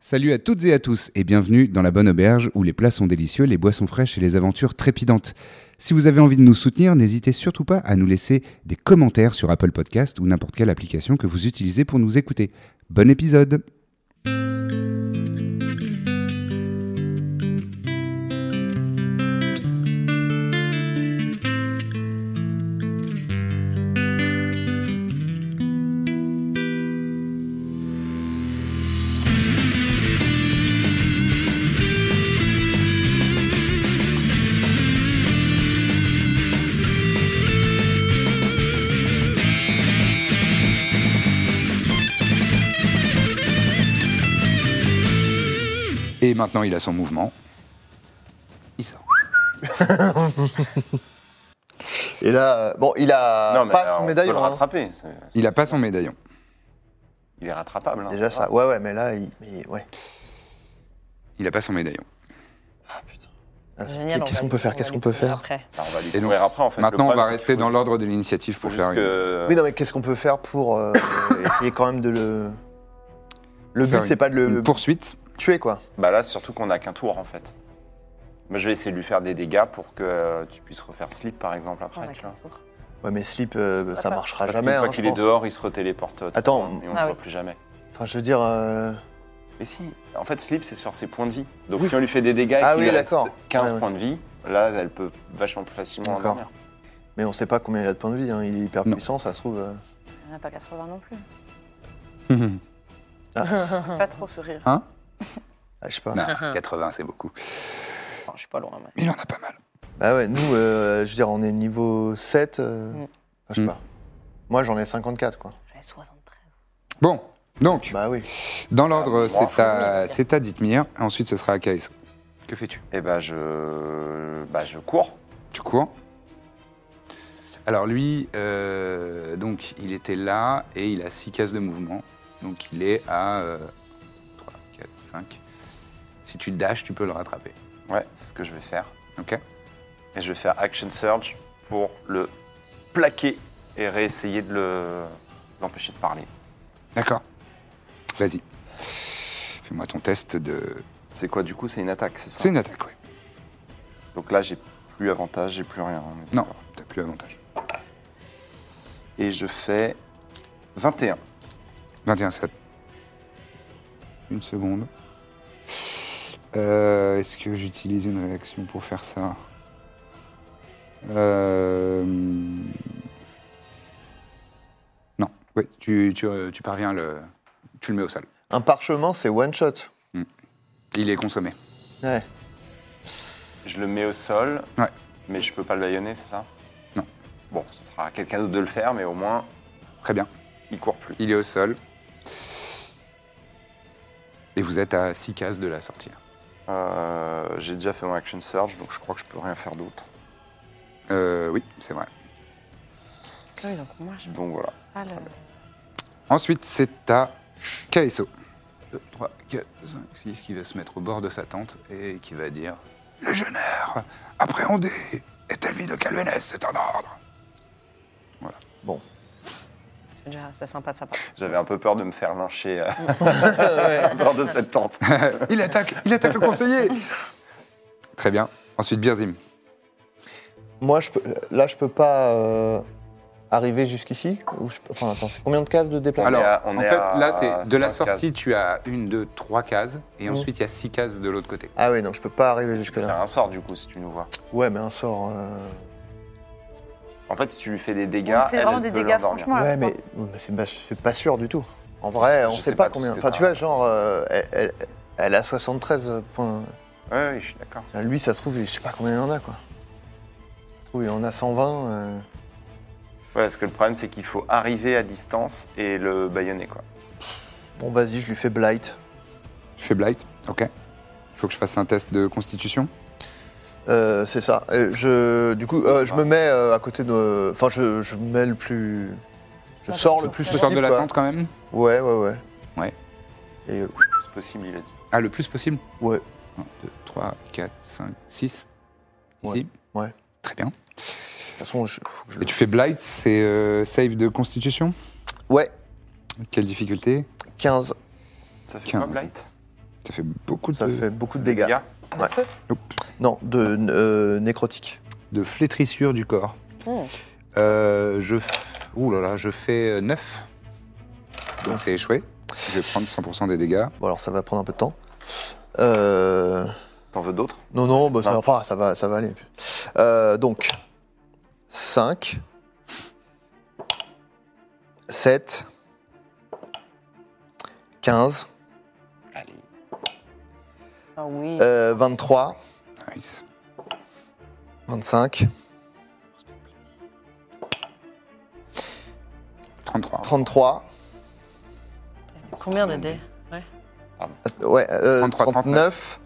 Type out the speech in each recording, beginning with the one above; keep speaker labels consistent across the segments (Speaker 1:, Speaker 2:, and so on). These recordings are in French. Speaker 1: Salut à toutes et à tous et bienvenue dans la bonne auberge où les plats sont délicieux, les boissons fraîches et les aventures trépidantes. Si vous avez envie de nous soutenir, n'hésitez surtout pas à nous laisser des commentaires sur Apple Podcast ou n'importe quelle application que vous utilisez pour nous écouter. Bon épisode Et maintenant il a son mouvement. Il sort.
Speaker 2: Et là, euh, bon, il a pas son médaillon.
Speaker 3: On peut
Speaker 2: hein.
Speaker 3: le rattraper. c'est-
Speaker 1: Il a pas son médaillon.
Speaker 3: Il est rattrapable. hein.
Speaker 2: Déjà ça. Ouais, ouais, mais là, il. mais ouais.
Speaker 1: Il a pas son médaillon.
Speaker 2: Ah, putain. Ah,
Speaker 4: Génial,
Speaker 2: qu'est-
Speaker 4: on
Speaker 2: Qu'est-ce
Speaker 4: va
Speaker 2: qu'on
Speaker 4: les-
Speaker 2: peut faire
Speaker 4: on
Speaker 2: Qu'est-ce
Speaker 4: va
Speaker 2: qu'on
Speaker 4: les
Speaker 2: peut
Speaker 4: trouver
Speaker 2: faire
Speaker 4: après.
Speaker 3: Bah, on va
Speaker 1: Et donc,
Speaker 3: découvrir après, en fait.
Speaker 1: Maintenant
Speaker 3: Le
Speaker 1: on va
Speaker 3: problème, c'est
Speaker 1: rester
Speaker 3: qu'il
Speaker 1: dans
Speaker 3: faut-
Speaker 1: l'ordre de l'initiative pour
Speaker 3: faut
Speaker 1: faire
Speaker 3: juste que-
Speaker 2: Oui, non, mais qu'est-ce qu'on peut faire pour euh, essayer quand même de le. Le
Speaker 1: Faire
Speaker 2: but, c'est pas de
Speaker 1: une,
Speaker 2: le
Speaker 1: une poursuite.
Speaker 2: tuer, quoi.
Speaker 3: Bah là, c'est surtout qu'on n'a qu'un tour, en fait. Moi, je vais essayer de lui faire des dégâts pour que euh, tu puisses refaire slip, par exemple,
Speaker 4: On
Speaker 3: après.
Speaker 4: a
Speaker 3: tu vois.
Speaker 4: qu'un tour.
Speaker 2: Ouais, mais Slip, euh, ça
Speaker 4: pas-
Speaker 2: marchera
Speaker 3: Parce qu'une
Speaker 2: jamais.
Speaker 3: fois
Speaker 2: hein,
Speaker 3: qu'il
Speaker 2: je
Speaker 3: est
Speaker 2: pense.
Speaker 3: dehors, il se retéléporte. euh,
Speaker 2: Attends.
Speaker 3: tout le temps, Et on ne
Speaker 4: Ah
Speaker 3: le
Speaker 4: oui.
Speaker 3: voit plus jamais.
Speaker 2: Enfin, je veux dire. euh,
Speaker 3: Mais si, en fait, slip, c'est sur ses points de vie. Donc si on lui fait des dégâts
Speaker 2: Ah
Speaker 3: et qu'il
Speaker 2: oui,
Speaker 3: lui reste
Speaker 2: d'accord.
Speaker 3: 15
Speaker 2: Ouais, ouais.
Speaker 3: points de vie, là, elle peut vachement plus facilement en
Speaker 2: D'accord.
Speaker 3: dormir.
Speaker 2: Mais on sait pas combien il a de points de vie. hein, Il est hyper
Speaker 1: Non.
Speaker 2: puissant, ça se trouve. euh.
Speaker 4: On n'a pas 80 non plus.
Speaker 1: Ah,
Speaker 4: Pas trop ce rire.
Speaker 2: Ah, je sais pas.
Speaker 1: non, 80 c'est beaucoup.
Speaker 4: Enfin, je suis pas loin. Mais...
Speaker 1: Mais il en a pas mal.
Speaker 2: Bah ouais, nous, euh, je veux dire, on est niveau 7. euh,
Speaker 4: Mm.
Speaker 2: enfin, je sais
Speaker 1: Mm.
Speaker 2: pas. Moi, j'en ai 54, quoi.
Speaker 4: J'avais 73.
Speaker 1: Bon, donc
Speaker 2: Bah oui.
Speaker 1: dans l'ordre
Speaker 3: Ah, bon,
Speaker 1: c'est à
Speaker 4: bon.
Speaker 1: c'est à Dithmir, ensuite ce sera à Kaïs. Que fais-tu
Speaker 3: Et bah, je... bah, je cours.
Speaker 1: Tu cours. Alors lui, euh, donc il était là et il a 6 cases de mouvement. Donc il est à euh, 3, 4, 5. Si tu dashes, tu peux le rattraper.
Speaker 3: Ouais, c'est ce que je vais faire.
Speaker 1: Ok.
Speaker 3: Et je vais faire Action Surge pour le plaquer et réessayer de le- l'empêcher de parler.
Speaker 1: D'accord. Vas-y. Fais-moi ton test de...
Speaker 3: C'est quoi du coup C'est une attaque, c'est ça
Speaker 1: C'est une attaque, oui.
Speaker 3: Donc là, j'ai plus avantage, j'ai plus rien. on est
Speaker 1: Non,
Speaker 3: d'accord.
Speaker 1: t'as plus avantage.
Speaker 3: Et je fais 21.
Speaker 1: 21, 7. Une seconde. Euh, Est-ce que j'utilise une réaction pour faire ça Euh, Non. Oui, tu, tu, euh, tu parviens à le. Tu le mets au sol.
Speaker 2: Un parchemin, c'est one shot.
Speaker 1: Il est consommé.
Speaker 2: Ouais.
Speaker 3: Je le mets au sol,
Speaker 1: Ouais.
Speaker 3: mais je peux pas le baïonner, c'est ça
Speaker 1: Non.
Speaker 3: Bon, ce sera à quelqu'un d'autre de le faire, mais au moins,
Speaker 1: Très bien.
Speaker 3: il court plus.
Speaker 1: Il est au sol. Et vous êtes à 6 cases de la sortie. là.
Speaker 3: Euh, j'ai déjà fait mon Action Surge, donc je crois que je peux rien faire d'autre.
Speaker 1: Euh, oui, c'est vrai.
Speaker 4: Ah oui, donc moi, je
Speaker 3: Donc voilà.
Speaker 4: pas le...
Speaker 1: Ensuite, c'est à Kaeso. 2, 3, 4, 5, 6, qui va se mettre au bord de sa tente et qui va dire Légionnaire, appréhendez Établi de Calvenès, c'est un ordre
Speaker 2: Bon.
Speaker 4: C'est déjà c'est sympa de sa part.
Speaker 3: J'avais un peu peur de me faire lyncher euh, au bord de cette tente.
Speaker 1: Il attaque, il attaque le conseiller Très bien. Ensuite, Birzim.
Speaker 2: Moi, je peux, là, je peux pas euh, arriver jusqu'ici ou je peux- Enfin, attends, c'est combien de cases de déplacement
Speaker 1: Alors,
Speaker 3: est à- on
Speaker 1: en
Speaker 3: est
Speaker 1: fait,
Speaker 3: à
Speaker 1: là, t'es- de la
Speaker 3: cinq
Speaker 1: sortie, tu as une, deux, trois cases, et
Speaker 2: Mhm.
Speaker 1: ensuite, il y a six cases de l'autre côté.
Speaker 2: Ah oui, non, je peux pas arriver
Speaker 3: Je peux faire
Speaker 2: jusque-là.
Speaker 3: un sort du coup si tu nous vois.
Speaker 2: Ouais, mais un sort. euh,
Speaker 3: En fait, si tu lui fais des
Speaker 4: On
Speaker 3: dégâts,
Speaker 4: fait vraiment des dégâts, franchement. à la
Speaker 2: Ouais, mais,
Speaker 4: fois.
Speaker 2: mais c'est pas, c'est pas sûr du tout. En vrai, on
Speaker 3: Je
Speaker 2: sait
Speaker 3: sais
Speaker 2: pas,
Speaker 3: pas tout
Speaker 2: combien.
Speaker 3: ce que
Speaker 2: Enfin,
Speaker 3: t'as.
Speaker 2: tu vois, genre, euh, elle, elle- elle a 73 points.
Speaker 3: Oui, je suis d'accord.
Speaker 2: Enfin, Lui, ça se trouve, je sais pas combien il en a, quoi. Ça se trouve, il en a 120. euh.
Speaker 3: Ouais, parce que le problème, c'est qu'il faut arriver à distance et le baïonner, quoi.
Speaker 2: Bon, vas-y, je lui fais blight.
Speaker 1: Je fais Blight, ok. Il faut que je fasse un test de constitution.
Speaker 2: Euh, c'est ça. Et je, du coup, euh, je me mets euh, à côté de. Enfin, je, je me mets le plus. Je
Speaker 4: Bah,
Speaker 2: sors le
Speaker 4: tu
Speaker 2: plus
Speaker 1: Je
Speaker 4: Je
Speaker 1: sors
Speaker 2: possible.
Speaker 1: de la
Speaker 2: quoi.
Speaker 1: tente quand même
Speaker 2: Ouais, ouais, ouais.
Speaker 1: Ouais.
Speaker 2: Et euh,
Speaker 3: le plus possible, il a dit.
Speaker 1: Ah, le plus possible
Speaker 2: Ouais.
Speaker 1: 1, 2, 3, 4, 5, 6.
Speaker 2: Ouais.
Speaker 1: Ici
Speaker 2: Ouais.
Speaker 1: Très bien.
Speaker 2: de toute façon, je. faut que je-
Speaker 1: Et tu fais Blight, c'est euh, save de constitution
Speaker 2: Ouais,
Speaker 1: Quelle difficulté
Speaker 2: 15.
Speaker 3: Ça fait
Speaker 1: 15.
Speaker 3: quoi, Blight
Speaker 1: Ça fait beaucoup
Speaker 2: Ça
Speaker 1: de,
Speaker 2: fait beaucoup de dégâts.
Speaker 3: Dégâts
Speaker 2: Ouais.
Speaker 4: Ah, bah, Feu.
Speaker 2: Non, de euh, nécrotique.
Speaker 5: de flétrissure du corps.
Speaker 4: Oh.
Speaker 5: Euh, je, f- ouh là là, je fais 9.
Speaker 1: euh, Donc c'est échoué. Je vais prendre 100% des dégâts.
Speaker 2: Bon, alors ça va prendre un peu de temps. Euh.
Speaker 3: T'en veux d'autres
Speaker 2: Non, non, bah, ça,
Speaker 3: Non.
Speaker 2: enfin, ça, va, ça va aller. Euh, donc, 5, 7, 15,
Speaker 4: Ah oui.
Speaker 2: euh, 23,
Speaker 1: Nice.
Speaker 2: 25,
Speaker 1: 33.
Speaker 2: 33,
Speaker 4: Combien de dés
Speaker 2: euh, ouais, euh,
Speaker 1: 33,
Speaker 2: 39,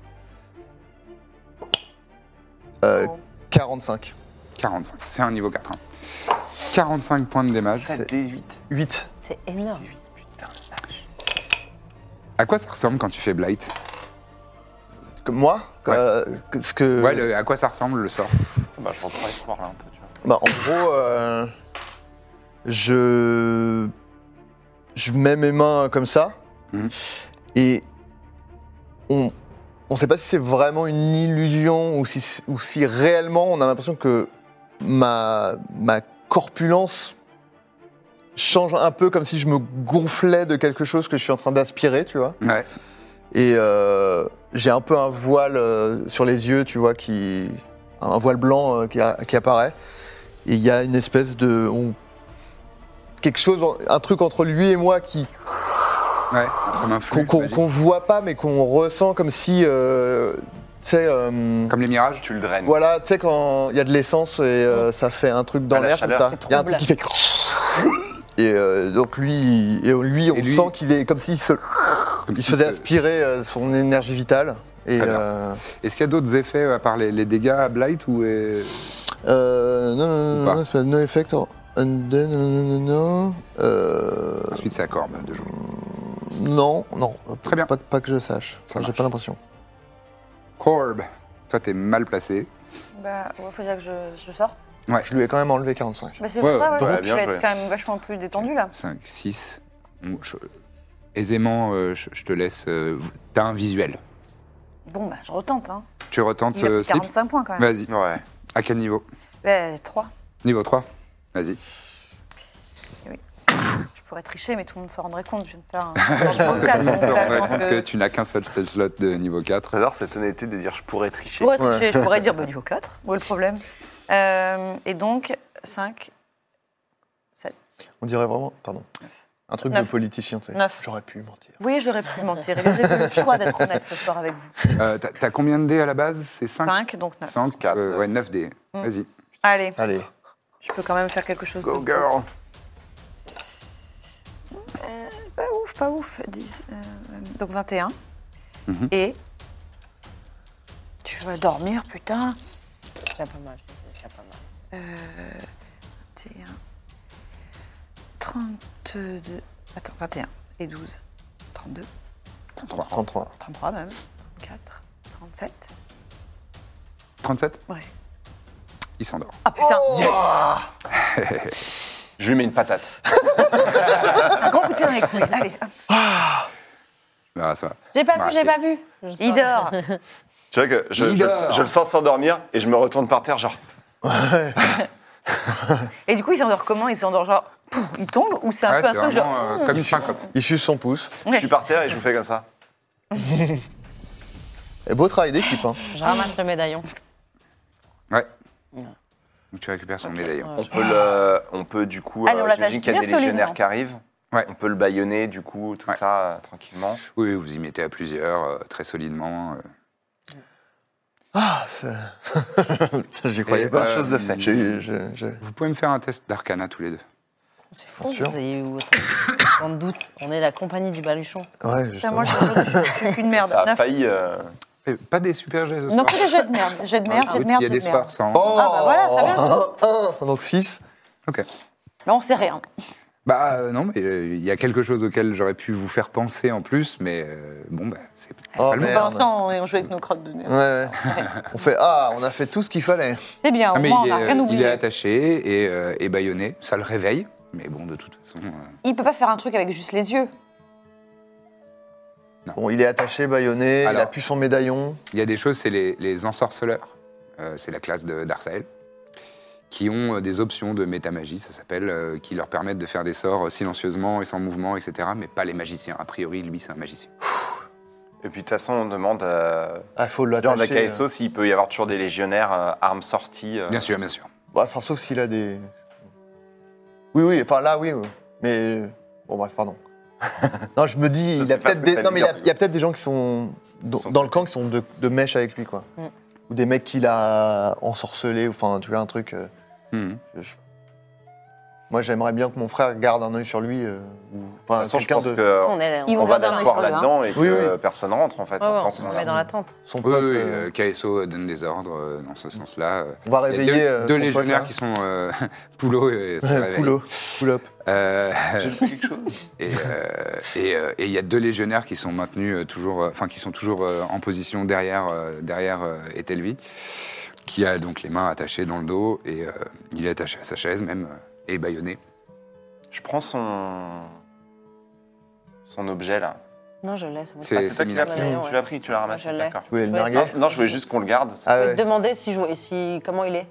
Speaker 2: euh, 45,
Speaker 1: 45. C'est un niveau 4. hein. 45 points de démage.
Speaker 3: 7 d 8.
Speaker 2: 8.
Speaker 4: C'est énorme.
Speaker 1: À quoi ça ressemble quand tu fais Blight
Speaker 2: Comme moi
Speaker 1: Ouais.
Speaker 2: euh, que- ce que,
Speaker 1: Ouais, le- à quoi ça ressemble le sort
Speaker 3: Bah, je reprends espoir là un peu, tu
Speaker 2: Bah,
Speaker 3: vois.
Speaker 2: en gros, euh, je... je mets mes mains comme ça.
Speaker 1: Mhm.
Speaker 2: Et on ne sait pas si c'est vraiment une illusion ou si, c'est- ou si réellement on a l'impression que ma, ma corpulence change un peu comme si je me gonflais de quelque chose que je suis en train d'aspirer, tu vois.
Speaker 1: Ouais.
Speaker 2: Et euh, j'ai un peu un voile euh, sur les yeux, tu vois, qui un voile blanc euh, qui, a- qui apparaît. Et il y a une espèce de on- quelque chose, en- un truc entre lui et moi qui
Speaker 1: Ouais, comme un flux.
Speaker 2: qu'on qu'on-
Speaker 1: magique.
Speaker 2: qu'on voit pas, mais qu'on ressent comme si, euh, tu sais, euh,
Speaker 1: Comme les mirages
Speaker 3: Tu le draines.
Speaker 2: voilà, tu sais quand il y a de l'essence et euh, ça fait un truc dans
Speaker 3: Ah, la
Speaker 2: l'air comme ça.
Speaker 3: chaleur,
Speaker 4: c'est
Speaker 2: Il y a un truc
Speaker 4: troublant.
Speaker 2: qui fait. Et euh, donc lui, et lui, on
Speaker 1: Et lui-
Speaker 2: sent qu'il est comme s'il se,
Speaker 1: Comme
Speaker 2: il se
Speaker 1: si
Speaker 2: faisait
Speaker 1: ce-
Speaker 2: aspirer euh, son énergie vitale. Et
Speaker 1: Très bien.
Speaker 2: euh,
Speaker 1: Est-ce qu'il y a d'autres effets euh, à part les, les dégâts à Blight ou euh,
Speaker 2: Euh, non,
Speaker 1: Ou
Speaker 2: non, non,
Speaker 1: pas
Speaker 2: non, non, c'est pas No Effect. or Undead, non, non, non, non. Euh,
Speaker 1: ensuite c'est à Corbe de jouer
Speaker 2: non, non.
Speaker 1: Très bien.
Speaker 2: Pas, pas que je sache.
Speaker 1: Ça
Speaker 2: J'ai
Speaker 1: marche.
Speaker 2: pas l'impression.
Speaker 1: Corbe, toi t'es mal placé.
Speaker 4: Bah, ouais, faut dire que je, je sorte.
Speaker 2: Je lui ai quand même enlevé 45.
Speaker 4: Bah, c'est
Speaker 1: Ouais,
Speaker 4: pour ça, ouais,
Speaker 3: ouais,
Speaker 4: parce que je
Speaker 3: bien
Speaker 4: vais
Speaker 3: joué.
Speaker 4: être quand même vachement plus détendu là.
Speaker 1: 5, 6. Aisément, euh, je, je te laisse. euh, T'as un visuel.
Speaker 4: Bon, bah, je retente. Hein.
Speaker 1: Tu retentes
Speaker 4: Il a
Speaker 1: euh,
Speaker 4: plus
Speaker 1: Slip
Speaker 4: 45 points quand même.
Speaker 1: Vas-y.
Speaker 3: Ouais.
Speaker 1: À quel niveau
Speaker 4: Bah, 3.
Speaker 1: Niveau 3 Vas-y.
Speaker 4: Je pourrais tricher, mais tout le monde s'en rendrait compte. Je viens de faire un.
Speaker 1: Je pense que tout le monde se
Speaker 4: Là, je
Speaker 1: rendrait
Speaker 4: pense
Speaker 1: compte que
Speaker 4: que-
Speaker 1: tu n'as qu'un seul spell slot de niveau 4.
Speaker 3: Trésor, cette honnêteté de dire je pourrais tricher.
Speaker 4: Je pourrais tricher, je pourrais dire bah, niveau 4. Où est le problème Euh, Et donc, 5,
Speaker 2: On dirait vraiment. Pardon. Un truc
Speaker 4: Neuf.
Speaker 2: de politicien, tu sais.
Speaker 4: Neuf.
Speaker 2: J'aurais pu mentir.
Speaker 4: Vous voyez, j'aurais pu mentir. Eh bien, J'ai fait le choix d'être honnête ce soir avec vous.
Speaker 1: Euh, T'as t'as combien de dés à la base C'est 5
Speaker 4: 5, donc 9.
Speaker 1: 5
Speaker 3: Quatre.
Speaker 1: Ouais, 9 dés. Vas-y.
Speaker 4: Allez,
Speaker 2: Allez.
Speaker 4: je peux quand même faire quelque chose
Speaker 3: Go
Speaker 4: de...
Speaker 3: girl
Speaker 4: Pas ouf, pas ouf. 10, euh, donc 21.
Speaker 1: Mhm.
Speaker 4: Et... Tu vas dormir, putain. J'ai pas mal, j'ai pas mal. Euh, 21. 32... Attends, 21 et 12. 32.
Speaker 1: 33.
Speaker 2: 33.
Speaker 4: 33 même. 34. 37.
Speaker 1: 37
Speaker 4: Ouais.
Speaker 1: Il s'endort.
Speaker 4: Ah putain, yes
Speaker 3: Je lui mets une patate.
Speaker 4: Un grand coup de pied dans les couilles. Allez, hop.
Speaker 1: Bah, ça va.
Speaker 6: J'ai pas vu,
Speaker 1: Marché.
Speaker 6: j'ai pas vu. Je
Speaker 4: il dort.
Speaker 3: Tu vois que je, je-
Speaker 1: Leader.
Speaker 3: je le sens s'endormir et je me retourne par terre, genre.
Speaker 4: Et du coup, il s'endort comment Il s'endort genre, pouf, il tombe ou c'est un
Speaker 1: Ouais,
Speaker 4: peu un
Speaker 1: c'est
Speaker 4: truc genre.
Speaker 1: vraiment euh, comme une syncope.
Speaker 2: Il suce son pouce.
Speaker 3: Je suis par terre et je vous fais comme ça.
Speaker 2: Et beau travail d'équipe. Hein.
Speaker 6: Je ramasse le médaillon.
Speaker 1: Ouais. Donc tu récupères son médaillon.
Speaker 3: On peut, le, on peut du coup.
Speaker 4: Allez, on
Speaker 3: euh,
Speaker 4: l'attache
Speaker 3: J'imagine qu'il y a
Speaker 4: bien
Speaker 3: des
Speaker 4: solide,
Speaker 3: légionnaires
Speaker 4: là.
Speaker 3: qui arrivent.
Speaker 1: Ouais.
Speaker 3: On peut le baïonner, du coup, tout
Speaker 1: Ouais.
Speaker 3: ça, euh, tranquillement.
Speaker 1: Oui, vous y mettez à plusieurs, euh, très solidement. euh.
Speaker 2: Ah, c'est- Putain, J'y croyais
Speaker 1: Et,
Speaker 2: pas.
Speaker 1: euh,
Speaker 2: J'ai- j'ai- j'ai-
Speaker 1: Vous pouvez me faire un test d'arcana tous les deux.
Speaker 6: C'est fou,
Speaker 2: Bien sûr.
Speaker 6: vous avez eu autant autant de doutes. On est la compagnie du baluchon.
Speaker 2: Ouais,
Speaker 4: Putain,
Speaker 2: justement.
Speaker 4: moi, je je- je suis qu'une merde.
Speaker 3: Ça a
Speaker 4: Neuf.
Speaker 3: failli. euh,
Speaker 1: Eh, Pas des super jets ce
Speaker 4: Non,
Speaker 1: soir.
Speaker 4: que des jets de merde. Jets de merde,
Speaker 1: Ah,
Speaker 4: jets de
Speaker 1: oui,
Speaker 4: merde.
Speaker 1: Il y a
Speaker 4: jets
Speaker 1: des
Speaker 4: de merde.
Speaker 1: spars, ça. hein.
Speaker 2: Oh
Speaker 4: Ah, bah voilà, très
Speaker 2: un, un, oh, donc 6.
Speaker 6: Là, on sait rien.
Speaker 1: Bah euh, non, mais euh, il y a quelque chose auquel j'aurais pu vous faire penser en plus, mais euh, bon, bah, c'est c'est
Speaker 4: Ah,
Speaker 2: Oh,
Speaker 1: pas le
Speaker 2: merde.
Speaker 1: moment.
Speaker 6: Pour l'instant, on, on joue avec nos crottes de nez.
Speaker 2: Ouais, ouais. on fait Ah, on a fait tout ce qu'il fallait.
Speaker 4: C'est bien,
Speaker 1: Ah,
Speaker 4: au
Speaker 1: mais
Speaker 4: moins, on
Speaker 1: il,
Speaker 4: n'a
Speaker 1: est,
Speaker 4: rien
Speaker 1: il est
Speaker 4: oublié.
Speaker 1: attaché et, euh, et bâillonné, ça le réveille, mais bon, de toute façon. euh,
Speaker 4: Il peut pas faire un truc avec juste les yeux.
Speaker 2: Bon, il est attaché, bâillonné, il
Speaker 1: Alors.
Speaker 2: a pu son médaillon.
Speaker 1: Il y a des choses, c'est les, les ensorceleurs. Euh, c'est la classe de- d'Arsael. Qui ont euh, des options de métamagie, ça s'appelle, euh, qui leur permettent de faire des sorts euh, silencieusement et sans mouvement, etc. Mais pas les magiciens. A priori, lui, c'est un magicien.
Speaker 3: Et puis de toute façon, on demande euh,
Speaker 2: Ah, faut
Speaker 3: genre de
Speaker 2: l'attacher.
Speaker 3: KSO s'il peut y avoir toujours des légionnaires euh, armes sorties.
Speaker 2: Ah.
Speaker 3: euh,
Speaker 1: Bien sûr, bien sûr.
Speaker 2: Bah, enfin, sauf s'il a des. Oui, oui, enfin là, oui. oui. Mais. Bon, bref, pardon. non, je me dis,
Speaker 3: Je
Speaker 2: il
Speaker 3: sais
Speaker 2: a
Speaker 3: pas
Speaker 2: peut-être
Speaker 3: ce que
Speaker 2: des.
Speaker 3: ça
Speaker 2: Non,
Speaker 3: veut
Speaker 2: mais il a,
Speaker 3: dire.
Speaker 2: il y a peut-être des gens qui sont, dans-
Speaker 3: Sont-
Speaker 2: dans le camp qui sont de, de mèche avec lui, quoi.
Speaker 6: Mm.
Speaker 2: Ou des mecs qu'il a ensorcelés, ou enfin, tu vois, un truc. euh,
Speaker 1: Mhm.
Speaker 2: je- Moi, j'aimerais bien que mon frère garde un œil sur lui. euh, ou...
Speaker 3: De
Speaker 2: Enfin,
Speaker 3: toute façon, je
Speaker 2: quelqu'un
Speaker 3: pense
Speaker 2: de.
Speaker 6: De toute
Speaker 3: que
Speaker 6: façon, on est là-
Speaker 3: on
Speaker 6: on
Speaker 3: va
Speaker 6: regarde dans les
Speaker 3: d'asseoir
Speaker 6: yeux, hein.
Speaker 3: là-dedans et que
Speaker 2: Oui, oui.
Speaker 3: personne rentre en fait.
Speaker 6: Ouais, ouais,
Speaker 3: Tant
Speaker 6: on se
Speaker 3: qu'on-
Speaker 6: remet dans la tente.
Speaker 2: Son
Speaker 1: Oui,
Speaker 2: pote.
Speaker 1: oui,
Speaker 2: euh,
Speaker 1: euh, KSO donne des ordres euh, dans ce sens-là. euh.
Speaker 2: On va
Speaker 1: Il y a
Speaker 2: réveiller.
Speaker 1: deux,
Speaker 2: euh,
Speaker 1: deux
Speaker 2: son pote,
Speaker 1: légionnaires
Speaker 2: là.
Speaker 1: qui sont euh, Poulot et son réveil.
Speaker 2: Pull-up. Pull-up.
Speaker 1: Euh,
Speaker 3: J'ai vu quelque chose.
Speaker 1: et euh, et, euh, et il y a deux légionnaires qui sont maintenus euh, toujours, euh, enfin qui sont toujours euh, en position derrière, euh, derrière euh, Etelvi, qui a donc les mains attachées dans le dos et euh, il est attaché à sa chaise même euh, et bâillonné.
Speaker 3: Je prends son son objet là.
Speaker 6: Non, je laisse.
Speaker 1: C'est-
Speaker 3: Ah, c'est toi qui
Speaker 1: mignon.
Speaker 3: l'as pris.
Speaker 6: Ouais.
Speaker 3: Tu l'as pris, tu l'as
Speaker 6: Je
Speaker 3: ramassé.
Speaker 6: l'ai.
Speaker 3: D'accord.
Speaker 2: Tu voulais le
Speaker 6: Ouais,
Speaker 2: narguer
Speaker 3: Non, non, je voulais juste qu'on le garde.
Speaker 2: Ah
Speaker 6: Je vais
Speaker 2: ouais.
Speaker 6: te demander si je vois- si, comment il est,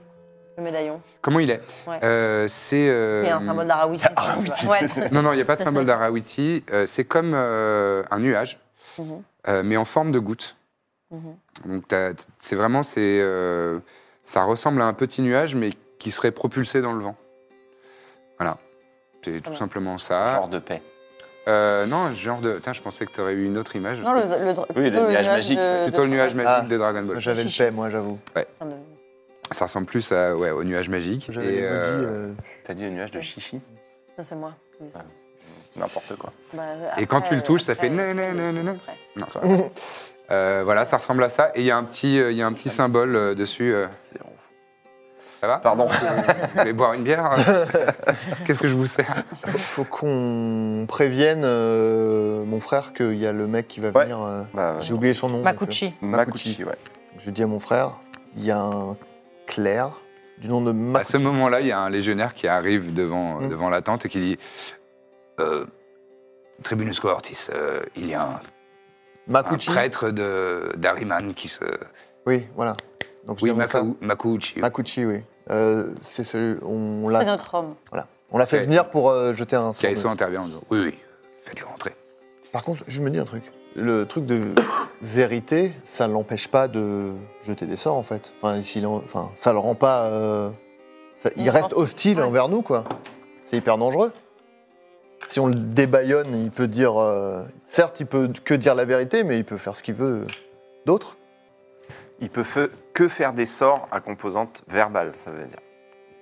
Speaker 6: le médaillon.
Speaker 1: Comment il est
Speaker 6: Ouais.
Speaker 1: Euh, C'est euh,
Speaker 6: Il y a un symbole d'Arawiti. dessus,
Speaker 3: Harawiti
Speaker 6: tu vois. Ouais, c'est-
Speaker 1: Non, non, il n'y a pas de symbole d'Arawiti. euh, c'est comme euh, un nuage,
Speaker 6: Mhm.
Speaker 1: euh, mais en forme de goutte.
Speaker 6: Mhm.
Speaker 1: Donc, t'as- c'est vraiment, c'est, euh, ça ressemble à un petit nuage, mais qui serait propulsé dans le vent. Voilà. C'est tout
Speaker 6: Voilà.
Speaker 1: simplement ça.
Speaker 3: Genre de paix.
Speaker 1: Euh, non, genre de. Putain, je pensais que tu aurais eu une autre image.
Speaker 6: Non,
Speaker 1: C'est
Speaker 6: le, le, dr-
Speaker 3: Oui, le
Speaker 6: plutôt
Speaker 3: nuage magique,
Speaker 6: de-
Speaker 1: plutôt
Speaker 6: de-
Speaker 1: le nuage
Speaker 6: de-
Speaker 1: magique
Speaker 2: Ah.
Speaker 1: de Dragon Ball.
Speaker 2: J'avais le
Speaker 6: Chichi.
Speaker 2: paix, moi, j'avoue.
Speaker 1: Ça ressemble plus à, ouais, au nuage magique.
Speaker 2: J'avais
Speaker 1: Et,
Speaker 2: les body,
Speaker 1: euh,
Speaker 2: euh,
Speaker 3: T'as dit le nuage de chichi
Speaker 6: Non, c'est moi.
Speaker 3: N'importe quoi.
Speaker 6: Bah,
Speaker 1: Et quand tu le touches, ça
Speaker 6: après,
Speaker 1: fait
Speaker 6: après,
Speaker 1: nan, nan, nan, nan.
Speaker 6: après.
Speaker 1: non, c'est pas vrai. Euh, voilà, ça ressemble à ça. Et il y a un petit, euh, il y a un petit symbole euh, dessus. euh,
Speaker 3: C'est ouf.
Speaker 1: ça va
Speaker 3: Pardon.
Speaker 1: Vous voulez boire une bière euh, Qu'est-ce que je vous sers
Speaker 2: faut qu'on prévienne euh, mon frère qu'il y a le mec qui va
Speaker 3: Ouais.
Speaker 2: venir. euh,
Speaker 3: Bah,
Speaker 2: J'ai oublié son nom.
Speaker 6: Makuchi.
Speaker 2: donc, euh,
Speaker 3: Makuchi, ouais.
Speaker 2: Donc, Je dis à mon frère, il y a un clerc du nom de
Speaker 1: À ce
Speaker 2: Makuchi.
Speaker 1: moment-là, il y a un légionnaire qui arrive devant,
Speaker 2: Mm.
Speaker 1: devant la tente et qui dit euh, Tribunusco Ortis, euh, il y a un, un
Speaker 2: Makuchi.
Speaker 1: prêtre de- d'Ariman qui se.
Speaker 2: Oui, voilà. Donc, je
Speaker 1: Oui,
Speaker 2: dis à mon frère,
Speaker 1: Maku- Makuchi.
Speaker 2: Makuchi, oui. Euh, c'est celui, on
Speaker 6: C'est
Speaker 2: l'a,
Speaker 6: notre homme.
Speaker 2: voilà. on l'a fait
Speaker 1: Ok.
Speaker 2: venir pour euh, jeter un. sort
Speaker 1: KSO intervient en disant Oui, oui, faites-le rentrer.
Speaker 2: de- Par contre, je me dis un truc. Le truc de vérité, ça ne l'empêche pas de jeter des sorts en fait. Enfin, s'il en- enfin ça le rend pas. euh, ça- il
Speaker 6: Non,
Speaker 2: reste
Speaker 6: c'est-
Speaker 2: hostile
Speaker 6: ouais.
Speaker 2: envers nous quoi. C'est hyper dangereux. Si on le débaillonne, il peut dire. euh, certes, il peut que dire la vérité, mais il peut faire ce qu'il veut d'autre.
Speaker 3: Il peut fe- que faire des sorts à composante verbale, ça veut dire.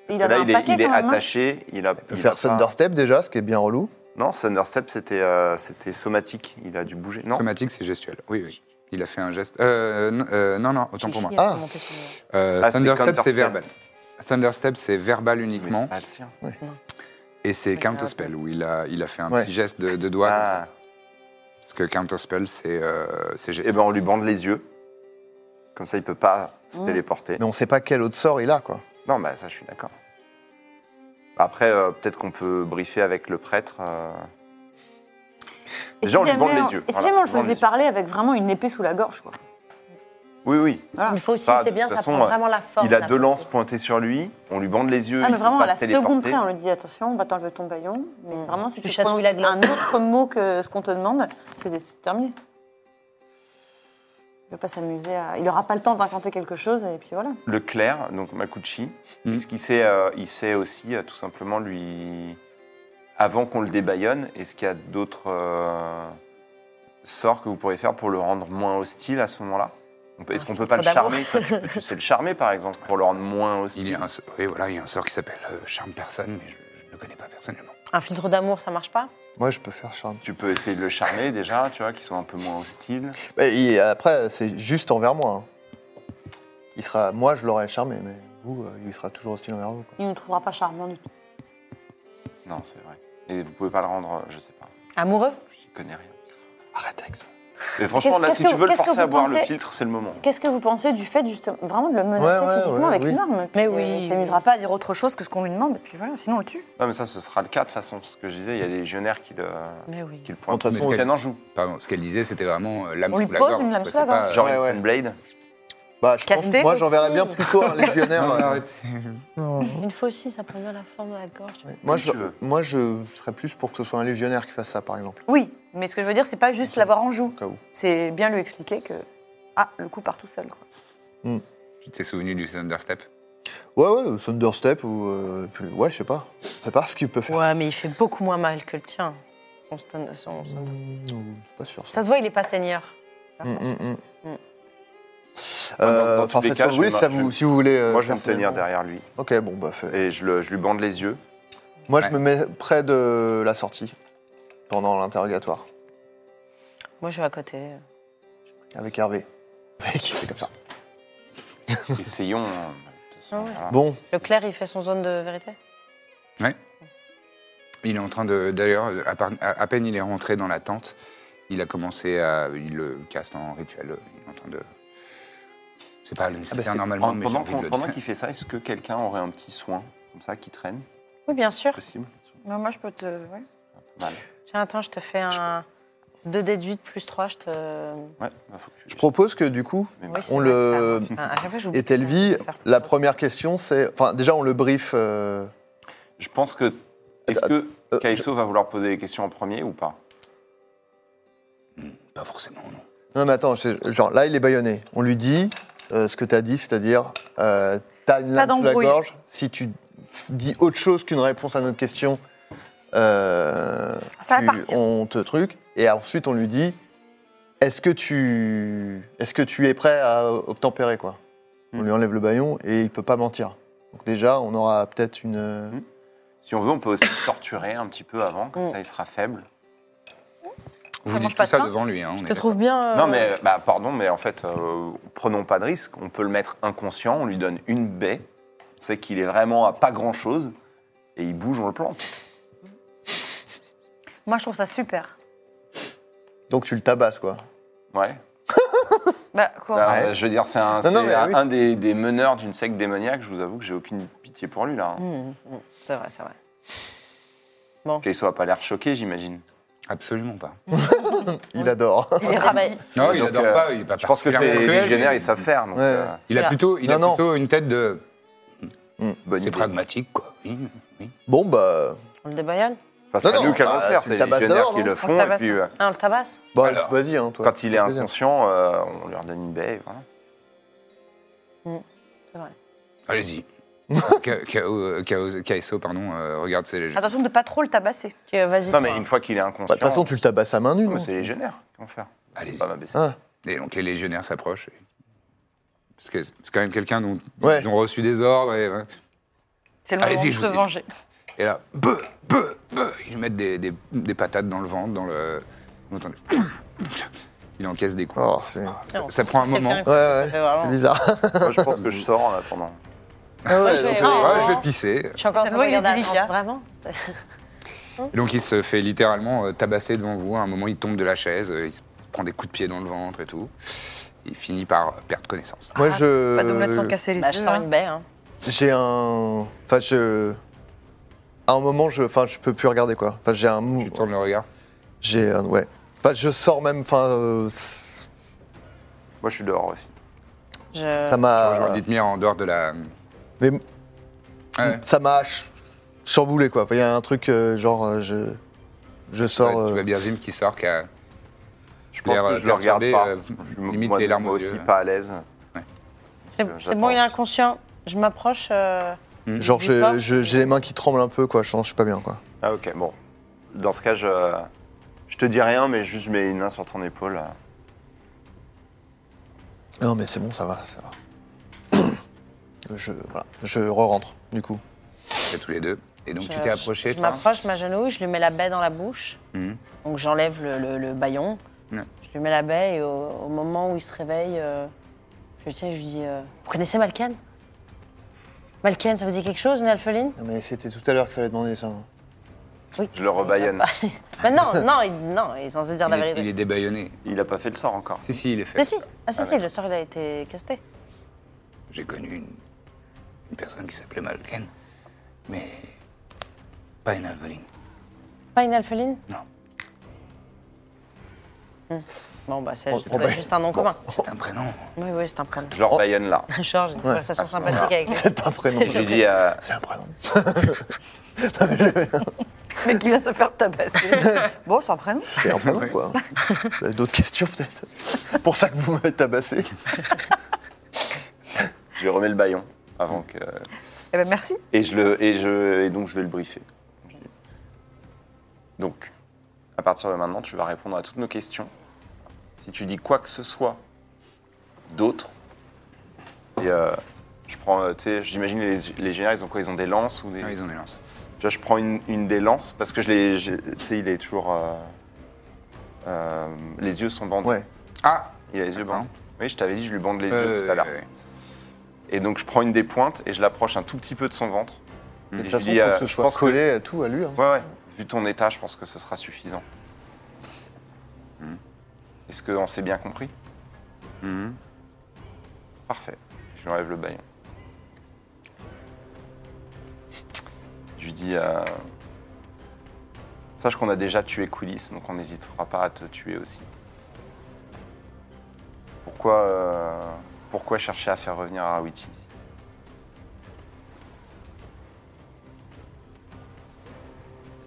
Speaker 3: Parce
Speaker 6: Il
Speaker 3: que
Speaker 6: avait
Speaker 3: là,
Speaker 6: un
Speaker 3: il est,
Speaker 6: paquet
Speaker 3: il est
Speaker 6: quand même. hein.
Speaker 3: attaché. Il, a,
Speaker 2: Il peut
Speaker 3: il
Speaker 2: faire
Speaker 3: a pas-
Speaker 2: Thunderstep déjà, ce qui est bien relou.
Speaker 3: Non, Thunderstep, c'était euh, c'était somatique. Il a dû bouger. Non
Speaker 1: Somatique, c'est gestuel. Oui, oui. Il a fait un geste. Euh, n- euh, non, non, autant pour moi.
Speaker 6: Chichi a
Speaker 2: Ah.
Speaker 6: monté sur
Speaker 1: Euh,
Speaker 3: Ah, c'était
Speaker 1: Thunderstep, c'est
Speaker 3: Counterspell.
Speaker 1: verbal. Thunderstep, c'est verbal uniquement.
Speaker 3: Ah, le sien.
Speaker 1: Et c'est Counterspell, où il a, il a fait un
Speaker 2: Ouais.
Speaker 1: petit geste de, de doigt. comme ça.
Speaker 3: Ah.
Speaker 1: Parce que Counterspell, c'est euh, c'est geste.
Speaker 3: Eh ben, on lui bande les yeux. Comme ça, il peut pas se
Speaker 6: Mm.
Speaker 3: téléporter.
Speaker 2: Mais on sait pas quel autre sort il a, quoi.
Speaker 3: Non, bah ça, je suis d'accord. Après, euh, peut-être qu'on peut briefer avec le prêtre. euh.
Speaker 6: le-
Speaker 3: Déjà, on lui
Speaker 6: Et si
Speaker 3: bande
Speaker 6: jamais
Speaker 3: les yeux.
Speaker 6: Et si
Speaker 3: Voilà,
Speaker 6: jamais on le
Speaker 3: on bande les
Speaker 6: faisait
Speaker 3: yeux.
Speaker 6: parler avec vraiment une épée sous la gorge, quoi.
Speaker 3: Oui, oui.
Speaker 6: Voilà. Il faut aussi,
Speaker 3: Ça,
Speaker 6: c'est
Speaker 3: de
Speaker 6: bien,
Speaker 3: toute
Speaker 6: ça
Speaker 3: façon,
Speaker 6: prend
Speaker 3: euh,
Speaker 6: vraiment la forme.
Speaker 3: il a
Speaker 6: la
Speaker 3: deux lances
Speaker 6: force.
Speaker 3: pointées sur lui. On lui bande les yeux.
Speaker 6: Ah,
Speaker 3: il
Speaker 6: mais
Speaker 3: peut
Speaker 6: vraiment,
Speaker 3: pas
Speaker 6: à la
Speaker 3: se
Speaker 6: seconde
Speaker 3: téléporter.
Speaker 6: près, on lui dit attention, on va t'enlever ton baillon. Mais
Speaker 4: Mm.
Speaker 6: vraiment, si
Speaker 4: Tu
Speaker 6: tu
Speaker 4: chatouilles
Speaker 6: prends
Speaker 4: la glace.
Speaker 6: un autre mot que ce qu'on te demande, c'est des- c'est terminé. Il ne va pas s'amuser à. Il n'aura pas le temps d'inventer quelque chose et puis voilà.
Speaker 3: Le clerc, donc Makuchi,
Speaker 1: Mm.
Speaker 3: est-ce qu'il sait, euh, il sait aussi euh, tout simplement lui. Avant qu'on le débaillonne, est-ce qu'il y a d'autres euh, sorts que vous pourriez faire pour le rendre moins hostile à ce moment-là On peut- Est-ce qu'on peut pas le
Speaker 6: Trop d'amour.
Speaker 3: charmer Toi, tu, peux- tu sais le charmer par exemple pour le rendre moins
Speaker 1: Il y
Speaker 3: hostile
Speaker 1: a un, oui, voilà, il y a un sort qui s'appelle euh, Charme Personne, mais je, je ne le connais pas personnellement.
Speaker 6: Un filtre d'amour, ça marche pas
Speaker 2: Moi, je peux faire charme.
Speaker 3: Tu peux essayer de le charmer déjà, tu vois, qu'ils sont un peu moins hostiles.
Speaker 2: Et après, c'est juste envers moi. hein. Il sera, moi, je l'aurais charmé, mais vous, euh, il sera toujours hostile envers vous. quoi.
Speaker 7: Il ne nous trouvera pas charmant du tout.
Speaker 3: Non, c'est vrai. Et vous pouvez pas le rendre, je sais pas,
Speaker 6: Amoureux
Speaker 3: j'y connais rien.
Speaker 2: Arrête avec ça.
Speaker 3: Mais franchement, là,
Speaker 7: qu'est-ce
Speaker 3: si
Speaker 7: que
Speaker 3: tu
Speaker 7: vous-
Speaker 3: veux le
Speaker 7: qu'est-ce que
Speaker 3: forcer à
Speaker 7: vous
Speaker 3: boire le
Speaker 7: pensez
Speaker 3: filtre, c'est le moment.
Speaker 7: Qu'est-ce que vous pensez du fait, justement, vraiment de le menacer
Speaker 2: Ouais, ouais,
Speaker 7: physiquement
Speaker 2: ouais,
Speaker 7: avec
Speaker 2: oui.
Speaker 7: une arme Puis,
Speaker 4: Mais
Speaker 7: euh,
Speaker 4: oui.
Speaker 7: Il
Speaker 4: Ça ne
Speaker 7: s'amusera
Speaker 4: m'aidera pas à dire autre chose que ce qu'on lui demande, et puis voilà, sinon on le tue.
Speaker 3: Non, mais ça, ce sera le cas de toute façon. Ce que je disais, il y a des légionnaires qui le,
Speaker 6: Mais oui.
Speaker 3: qui le
Speaker 2: De
Speaker 3: pointent.
Speaker 2: toute
Speaker 3: Mais
Speaker 2: façon,
Speaker 3: ce qu'elle en joue.
Speaker 1: Pardon, ce qu'elle disait, c'était vraiment euh, lame
Speaker 4: On lui
Speaker 1: sous la
Speaker 4: pose
Speaker 1: gorge,
Speaker 4: une lame
Speaker 1: quoi,
Speaker 4: sous la
Speaker 6: hein.
Speaker 1: c'est pas,
Speaker 4: gorge.
Speaker 1: euh,
Speaker 3: Genre
Speaker 2: Ouais,
Speaker 3: une
Speaker 2: ouais.
Speaker 3: Sunblade.
Speaker 2: Bah, je pense,
Speaker 4: Casser
Speaker 2: moi, j'enverrais
Speaker 6: aussi.
Speaker 2: bien plutôt un légionnaire. euh,
Speaker 6: Une fois aussi, ça prend bien la forme de la gorge.
Speaker 2: ouais. Moi,
Speaker 3: Comme
Speaker 2: je,
Speaker 3: tu veux.
Speaker 2: moi, je serais plus pour que ce soit un légionnaire qui fasse ça, par exemple,
Speaker 4: Oui, mais ce que je veux dire, c'est pas juste l'avoir en
Speaker 2: au
Speaker 4: joue.
Speaker 2: cas où.
Speaker 4: C'est bien lui expliquer que. Ah, le coup part tout seul, quoi.
Speaker 1: Tu t'es souvenu du Thunderstep
Speaker 2: Ouais, ouais, Thunderstep ou. euh, puis- ouais, je sais pas. C'est pas ce qu'il peut faire.
Speaker 6: Ouais, mais il fait beaucoup moins mal que le tien. Son stun- son- son-
Speaker 2: Non, pas sûr.
Speaker 6: Ça se voit, il est pas seigneur.
Speaker 2: Hum, hum, hum.
Speaker 6: Mm.
Speaker 2: Euh,
Speaker 3: Ah Dans- dans
Speaker 2: enfin,
Speaker 3: tous les
Speaker 2: faites
Speaker 3: cas,
Speaker 2: comme vous voulez,
Speaker 3: je vais
Speaker 2: ça
Speaker 3: me-
Speaker 2: vous- si vous voulez. euh,
Speaker 3: Moi, je vais me
Speaker 2: personnellement.
Speaker 3: tenir derrière lui.
Speaker 2: Ok, bon, bah, fait.
Speaker 3: Et je, le- je lui bande les yeux.
Speaker 2: Moi,
Speaker 1: Ouais.
Speaker 2: je me mets près de la sortie pendant l'interrogatoire
Speaker 6: Moi, je suis à côté.
Speaker 2: avec Hervé. Qui fait comme ça.
Speaker 3: Essayons. euh, de toute façon,
Speaker 6: Ah ouais.
Speaker 3: voilà.
Speaker 2: Bon,
Speaker 6: Le clerc, il fait son zone de vérité
Speaker 1: Il est en train de. D'ailleurs, à, par- à- à peine il est rentré dans la tente, il a commencé à. Il le casse en rituel. euh, Il est en train de. C'est pas le
Speaker 3: Ah bah,
Speaker 1: nécessaire
Speaker 3: c'est-
Speaker 1: normalement,
Speaker 3: en-
Speaker 1: Oh, mais j'ai
Speaker 3: pendant
Speaker 1: envie de
Speaker 3: qu'on-
Speaker 1: le-
Speaker 3: pendant qu'il fait ça, est-ce que quelqu'un aurait un petit soin comme ça qui traîne
Speaker 6: Oui, bien sûr.
Speaker 3: Possible
Speaker 4: Mais moi, je peux te. ouais.
Speaker 3: Mal.
Speaker 6: Tiens, attends, je te fais un 2 déduite plus 3, je te...
Speaker 3: Ouais, bah, faut que tu-
Speaker 2: je propose que du coup,
Speaker 3: mais-
Speaker 6: Oui, c'est
Speaker 2: On
Speaker 6: vrai que
Speaker 2: le-
Speaker 6: ça- Enfin, à chaque fois, j'oublie
Speaker 2: et
Speaker 6: ça, je
Speaker 2: Telvi,
Speaker 6: vais faire plus
Speaker 2: la
Speaker 6: tard.
Speaker 2: première question, c'est. Enfin, déjà, on le brief. euh,
Speaker 3: Je pense que. Est-ce que
Speaker 2: euh,
Speaker 3: Kaiso va vouloir poser les questions en premier ou pas
Speaker 1: Pas forcément, non.
Speaker 2: Non, mais attends, c'est- genre, là, il est baïonné. On lui dit euh, ce que t'as dit, c'est-à-dire, euh, t'as une lame sous la
Speaker 4: d'embrouille.
Speaker 2: gorge. Si tu f- dis autre chose qu'une réponse à notre question, euh,
Speaker 4: Ça va
Speaker 2: tu-
Speaker 4: partir.
Speaker 2: on te truc. Et ensuite, on lui dit, est-ce que tu, est-ce que tu es prêt à obtempérer, quoi On
Speaker 3: Hmm.
Speaker 2: lui enlève le baillon et il peut pas mentir. Donc déjà, on aura peut-être une.
Speaker 3: Hmm. Si on veut, on peut aussi le torturer un petit peu avant, comme
Speaker 6: Mm.
Speaker 3: ça il sera faible.
Speaker 1: Vous
Speaker 6: mange
Speaker 1: dites
Speaker 6: pas
Speaker 1: tout
Speaker 6: de
Speaker 1: ça
Speaker 6: pain
Speaker 1: devant lui, hein. on
Speaker 6: Je
Speaker 1: est
Speaker 6: te trouve bien... euh,
Speaker 3: Non, mais bah, pardon, mais en fait, euh, prenons pas de risque. On peut le mettre inconscient, on lui donne une baie. On sait qu'il est vraiment à pas grand chose. Et il bouge, on le plante.
Speaker 4: Moi, je trouve ça super.
Speaker 2: Donc tu le tabasses, quoi.
Speaker 3: Ouais.
Speaker 4: Bah, quoi
Speaker 3: Bah, euh, Je veux dire, c'est un,
Speaker 2: Non, non,
Speaker 3: c'est
Speaker 2: mais
Speaker 3: un-
Speaker 2: oui.
Speaker 3: un des, des meneurs d'une secte démoniaque. Je vous avoue que j'ai aucune pitié pour lui, là. hein.
Speaker 6: Mmh, mmh, c'est vrai, c'est vrai.
Speaker 3: Kaiso a pas l'air choqué, j'imagine.
Speaker 1: d'accord. Absolument pas.
Speaker 2: Il adore.
Speaker 6: Il est ravi.
Speaker 1: Non, il
Speaker 3: Donc,
Speaker 1: adore
Speaker 3: euh,
Speaker 1: pas, il est pas
Speaker 2: Ah,
Speaker 3: Je pense que
Speaker 1: particulièrement
Speaker 3: c'est
Speaker 1: cruel,
Speaker 3: légionnaire,
Speaker 1: mais-
Speaker 3: ils savent faire. Donc,
Speaker 2: Ouais.
Speaker 3: euh,
Speaker 1: Il a
Speaker 6: Voilà.
Speaker 1: plutôt, il a
Speaker 2: Non, non.
Speaker 1: plutôt une tête de.
Speaker 3: bonne
Speaker 1: C'est
Speaker 3: idée.
Speaker 1: pragmatique, quoi. Oui, oui.
Speaker 2: Bon bah,
Speaker 6: On le débaillonne
Speaker 3: Enfin, c'est
Speaker 2: Non,
Speaker 3: pas
Speaker 2: non,
Speaker 3: nous qu'elle
Speaker 2: bah,
Speaker 3: va faire,
Speaker 2: tu
Speaker 3: c'est
Speaker 2: le hein.
Speaker 3: les
Speaker 2: tabasses
Speaker 3: légionnaires
Speaker 2: dehors,
Speaker 3: qui
Speaker 2: non
Speaker 3: le
Speaker 6: On le
Speaker 3: font. Et
Speaker 6: tabasse
Speaker 3: puis, euh,
Speaker 6: Ah, on le tabasse
Speaker 2: bah,
Speaker 1: Alors,
Speaker 2: vas-y, hein, toi.
Speaker 3: quand il est
Speaker 2: Avec plaisir.
Speaker 3: inconscient, euh, on lui redonne une baie. et Voilà.
Speaker 2: Mm.
Speaker 1: Allez-y. Ka- Ka- euh, Ka- Kaiso, pardon, euh, regarde, c'est léger.
Speaker 4: Attention de pas trop le tabasser.
Speaker 6: Tu- euh, Vas-y.
Speaker 3: Non, mais
Speaker 6: toi.
Speaker 3: une fois qu'il est inconscient.
Speaker 2: Bah, de toute façon, tu le tabasses à main nue,
Speaker 3: Non,
Speaker 2: non
Speaker 3: mais c'est les légionnaires qui vont faire.
Speaker 1: Allez-y.
Speaker 3: Pas ma baisser.
Speaker 2: Hein
Speaker 1: Et donc les légionnaires s'approchent. et- Parce que c'est quand même quelqu'un dont
Speaker 2: Ouais.
Speaker 1: ils ont reçu des ordres. Et, hein.
Speaker 4: C'est le
Speaker 1: Allez-y,
Speaker 4: moment de
Speaker 1: je
Speaker 4: se
Speaker 1: vous ai dit.
Speaker 4: venger.
Speaker 1: et là, beuh, beuh, beuh, ils lui mettent des, des- des patates dans le ventre, dans le. Vous entendez Il encaisse des coups.
Speaker 2: Oh, c'est. Ouais,
Speaker 1: Ça, ça prend un moment.
Speaker 6: Quelqu'un-
Speaker 2: ouais,
Speaker 6: Ça fait vraiment-
Speaker 2: c'est bizarre.
Speaker 3: Moi, je pense que je sors en attendant.
Speaker 2: Ah ouais,
Speaker 6: je
Speaker 2: donc,
Speaker 6: vais- ouais.
Speaker 1: Ouais, je vais pisser.
Speaker 6: Je suis encore en train de
Speaker 4: Oui, il est
Speaker 6: regarder
Speaker 4: délicat.
Speaker 6: Atlante, vraiment c'est-
Speaker 1: Et donc il se fait littéralement euh, tabasser devant vous. À un moment, il tombe de la chaise, euh, il se prend des coups de pied dans le ventre et tout. Il finit par euh, perdre connaissance.
Speaker 2: moi, je.
Speaker 4: Ah, Pas d'omelette
Speaker 1: Euh,
Speaker 4: sans casser les
Speaker 6: Bah, je
Speaker 4: œufs,
Speaker 6: sors
Speaker 4: hein.
Speaker 6: une baie, hein.
Speaker 2: J'ai un. Enfin, je. À un moment, je. Enfin, je peux plus regarder quoi. Enfin, j'ai un. mou-
Speaker 1: Tu tournes le regard.
Speaker 2: J'ai un. Ouais. Enfin, je sors même. Enfin. euh, c-
Speaker 3: Moi, je suis dehors aussi.
Speaker 6: Je-
Speaker 2: Ça
Speaker 3: Ah.
Speaker 1: Je
Speaker 2: m'a.
Speaker 1: rejoins Dithmir en dehors de la. euh,
Speaker 2: Mais
Speaker 1: Ouais.
Speaker 2: ça m'a ch- chamboulé quoi. Enfin, Il y a un truc euh, genre. euh, Je. Je sors.
Speaker 1: Ouais, Tu
Speaker 2: euh,
Speaker 1: vois bien Zim qui sort, qui a.
Speaker 3: Je pense
Speaker 1: L'air,
Speaker 3: que
Speaker 1: euh,
Speaker 3: je le regarde
Speaker 1: perturbé,
Speaker 3: pas.
Speaker 1: euh,
Speaker 3: Je-
Speaker 1: limite
Speaker 3: moi,
Speaker 1: les larmes
Speaker 3: moi
Speaker 1: aux
Speaker 3: aussi,
Speaker 1: yeux.
Speaker 3: pas à l'aise.
Speaker 6: C'est
Speaker 3: j'attends.
Speaker 6: c'est bon, il est inconscient. Je m'approche. euh,
Speaker 2: Mm. Genre,
Speaker 6: du
Speaker 2: je-
Speaker 6: corps.
Speaker 2: je- j'ai les mains qui tremblent un peu quoi. Je sens- je suis pas bien quoi.
Speaker 3: Ah, ok, bon. Dans ce cas, je. Je te dis rien, mais juste je mets une main sur ton épaule. euh.
Speaker 2: Non, mais c'est bon, ça va, ça va. je. Voilà. Je re-rentre du coup.
Speaker 1: Et tous les deux. Et donc,
Speaker 6: Je-
Speaker 1: tu t'es approché,
Speaker 6: Je, je
Speaker 1: toi
Speaker 6: m'approche, m'agenouille, je lui mets la baie dans la bouche.
Speaker 1: Mhm.
Speaker 6: Donc j'enlève le, le- le baillon.
Speaker 1: Ouais.
Speaker 6: Je lui mets la baie et au, au moment où il se réveille, euh, je le tiens et je lui dis euh, Vous connaissez Malken Malken, ça vous dit quelque chose, une alpheline
Speaker 2: Non, mais c'était tout à l'heure qu'il fallait demander ça. hein.
Speaker 6: Oui.
Speaker 3: Je le rebaillonne.
Speaker 6: Mais non, non, il, non, il est censé dire
Speaker 1: Il
Speaker 6: la
Speaker 1: est,
Speaker 6: vérité.
Speaker 1: il est débaillonné.
Speaker 3: Il a pas fait le sort encore.
Speaker 1: Si, si, il est fait.
Speaker 6: Ah, si, ah, si, si, le sort il a été casté.
Speaker 1: J'ai connu une, une personne qui s'appelait Malken, mais pas une Alvaline.
Speaker 6: Pas une alpheline
Speaker 1: Non,
Speaker 6: Bon, bah, c'est
Speaker 2: Bon,
Speaker 6: c'est
Speaker 2: bon, bah,
Speaker 6: juste un nom commun.
Speaker 1: c'est un prénom.
Speaker 6: Oui, oui, c'est un prénom.
Speaker 3: Je le rebaillonne là.
Speaker 6: Georges, une conversation
Speaker 3: À ce
Speaker 6: sympathique
Speaker 3: moment-là.
Speaker 6: avec lui.
Speaker 2: Ah, C'est un prénom.
Speaker 3: Je lui dis, euh,
Speaker 2: C'est un prénom.
Speaker 4: Mais qui vient se faire tabasser. bon, hein. c'est un prénom.
Speaker 2: C'est un prénom, quoi. Vous avez D'autres questions, peut-être Pour ça que vous m'avez tabassé.
Speaker 3: je lui remets le baillon avant que.
Speaker 4: Eh ben merci.
Speaker 3: Et je le et je et donc je vais le briefer. Je dis, Donc, à partir de maintenant, tu vas répondre à toutes nos questions. Si tu dis quoi que ce soit d'autre, et euh, je prends, euh, tu sais, j'imagine les, les génères, ils ont quoi Ils ont des lances ou des.
Speaker 1: Ah, ils ont des lances.
Speaker 3: Tu vois, je prends une, une des lances parce que je l'ai, je- tu sais, il est toujours. euh, euh, les yeux sont bandés.
Speaker 2: Ouais.
Speaker 1: Ah
Speaker 3: Il a les yeux
Speaker 1: D'accord.
Speaker 3: bandés. Oui, je t'avais dit, je lui bande les yeux
Speaker 1: euh,
Speaker 3: tout à l'heure. Et donc je prends une des pointes et je l'approche un tout petit peu de son ventre.
Speaker 2: Et
Speaker 3: Et
Speaker 2: de toute
Speaker 3: je
Speaker 2: façon,
Speaker 3: dis,
Speaker 2: faut
Speaker 3: euh,
Speaker 2: que ce
Speaker 3: je
Speaker 2: soit
Speaker 3: pense que-
Speaker 2: collé à tout, à lui. hein.
Speaker 3: Ouais, ouais. Vu ton état, je pense que ce sera suffisant. Hmm. Est-ce qu'on s'est bien compris
Speaker 1: Mhm.
Speaker 3: Parfait. Je lui enlève le baillon. Je lui dis euh, Sache qu'on a déjà tué Coulis, donc on n'hésitera pas à te tuer aussi. Pourquoi, euh, pourquoi chercher à faire revenir Arawiti ici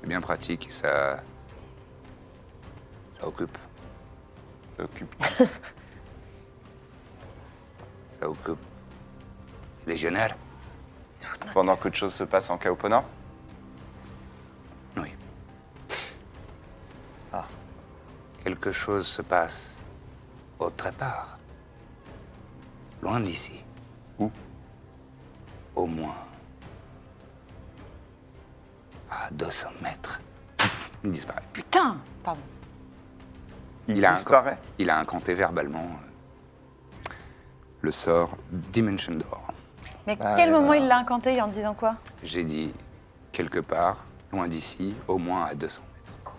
Speaker 1: C'est bien pratique et ça. Ça occupe.
Speaker 3: Ça occupe.
Speaker 1: Ça occupe. Légionnaire
Speaker 3: Pendant que de choses se passent en Kaopona
Speaker 1: Oui.
Speaker 2: Ah.
Speaker 1: Quelque chose se passe autre part. Loin d'ici.
Speaker 3: Où
Speaker 1: Au moins. À 200 mètres. Il disparaît.
Speaker 7: Putain Pardon.
Speaker 3: Il,
Speaker 1: a un
Speaker 3: disparaît.
Speaker 1: co- il a incanté verbalement euh, le sort Dimension Door.
Speaker 7: Mais
Speaker 1: Bah,
Speaker 7: à
Speaker 1: euh,
Speaker 7: quel moment il l'a incanté en disant quoi
Speaker 1: J'ai dit quelque part, loin d'ici, au moins à 200 mètres.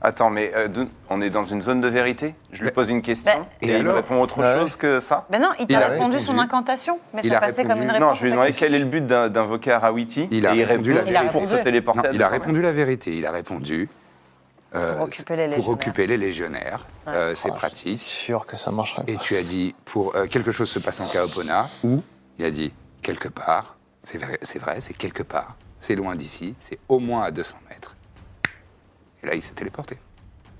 Speaker 3: Attends, mais euh, de- on est dans une zone de vérité Je lui
Speaker 1: Mais-
Speaker 3: pose une question
Speaker 7: Bah,
Speaker 3: et
Speaker 1: Et
Speaker 3: il me
Speaker 1: alors
Speaker 3: répond autre
Speaker 2: Ouais.
Speaker 3: chose que ça
Speaker 7: Ben non, il t'a
Speaker 1: Il a
Speaker 7: répondu, son
Speaker 1: répondu.
Speaker 7: incantation, mais
Speaker 1: Il a
Speaker 7: ça passait comme
Speaker 1: répondu.
Speaker 7: une
Speaker 1: Non,
Speaker 7: réponse.
Speaker 3: Non, je lui ai demandé quel est le but d'in- d'invoquer Arawiti
Speaker 1: Il a
Speaker 3: et il
Speaker 1: répondu
Speaker 3: répond
Speaker 1: la
Speaker 3: pour
Speaker 7: vérité.
Speaker 3: se téléporter
Speaker 1: Non,
Speaker 3: à
Speaker 1: il a
Speaker 3: 200 mètres.
Speaker 1: répondu la vérité. Il a répondu. euh,
Speaker 6: Pour occuper les
Speaker 1: Pour
Speaker 6: légionnaires.
Speaker 1: occuper les légionnaires. euh, C'est
Speaker 2: Ah, Je
Speaker 1: pratique.
Speaker 2: suis sûr que ça marcherait
Speaker 1: Et
Speaker 2: pas.
Speaker 1: tu as dit pour euh, quelque chose se passe en Kaopona où il a dit quelque part. C'est vrai, c'est vrai, c'est quelque part. C'est loin d'ici. C'est au moins à 200 mètres. Et là, il s'est téléporté.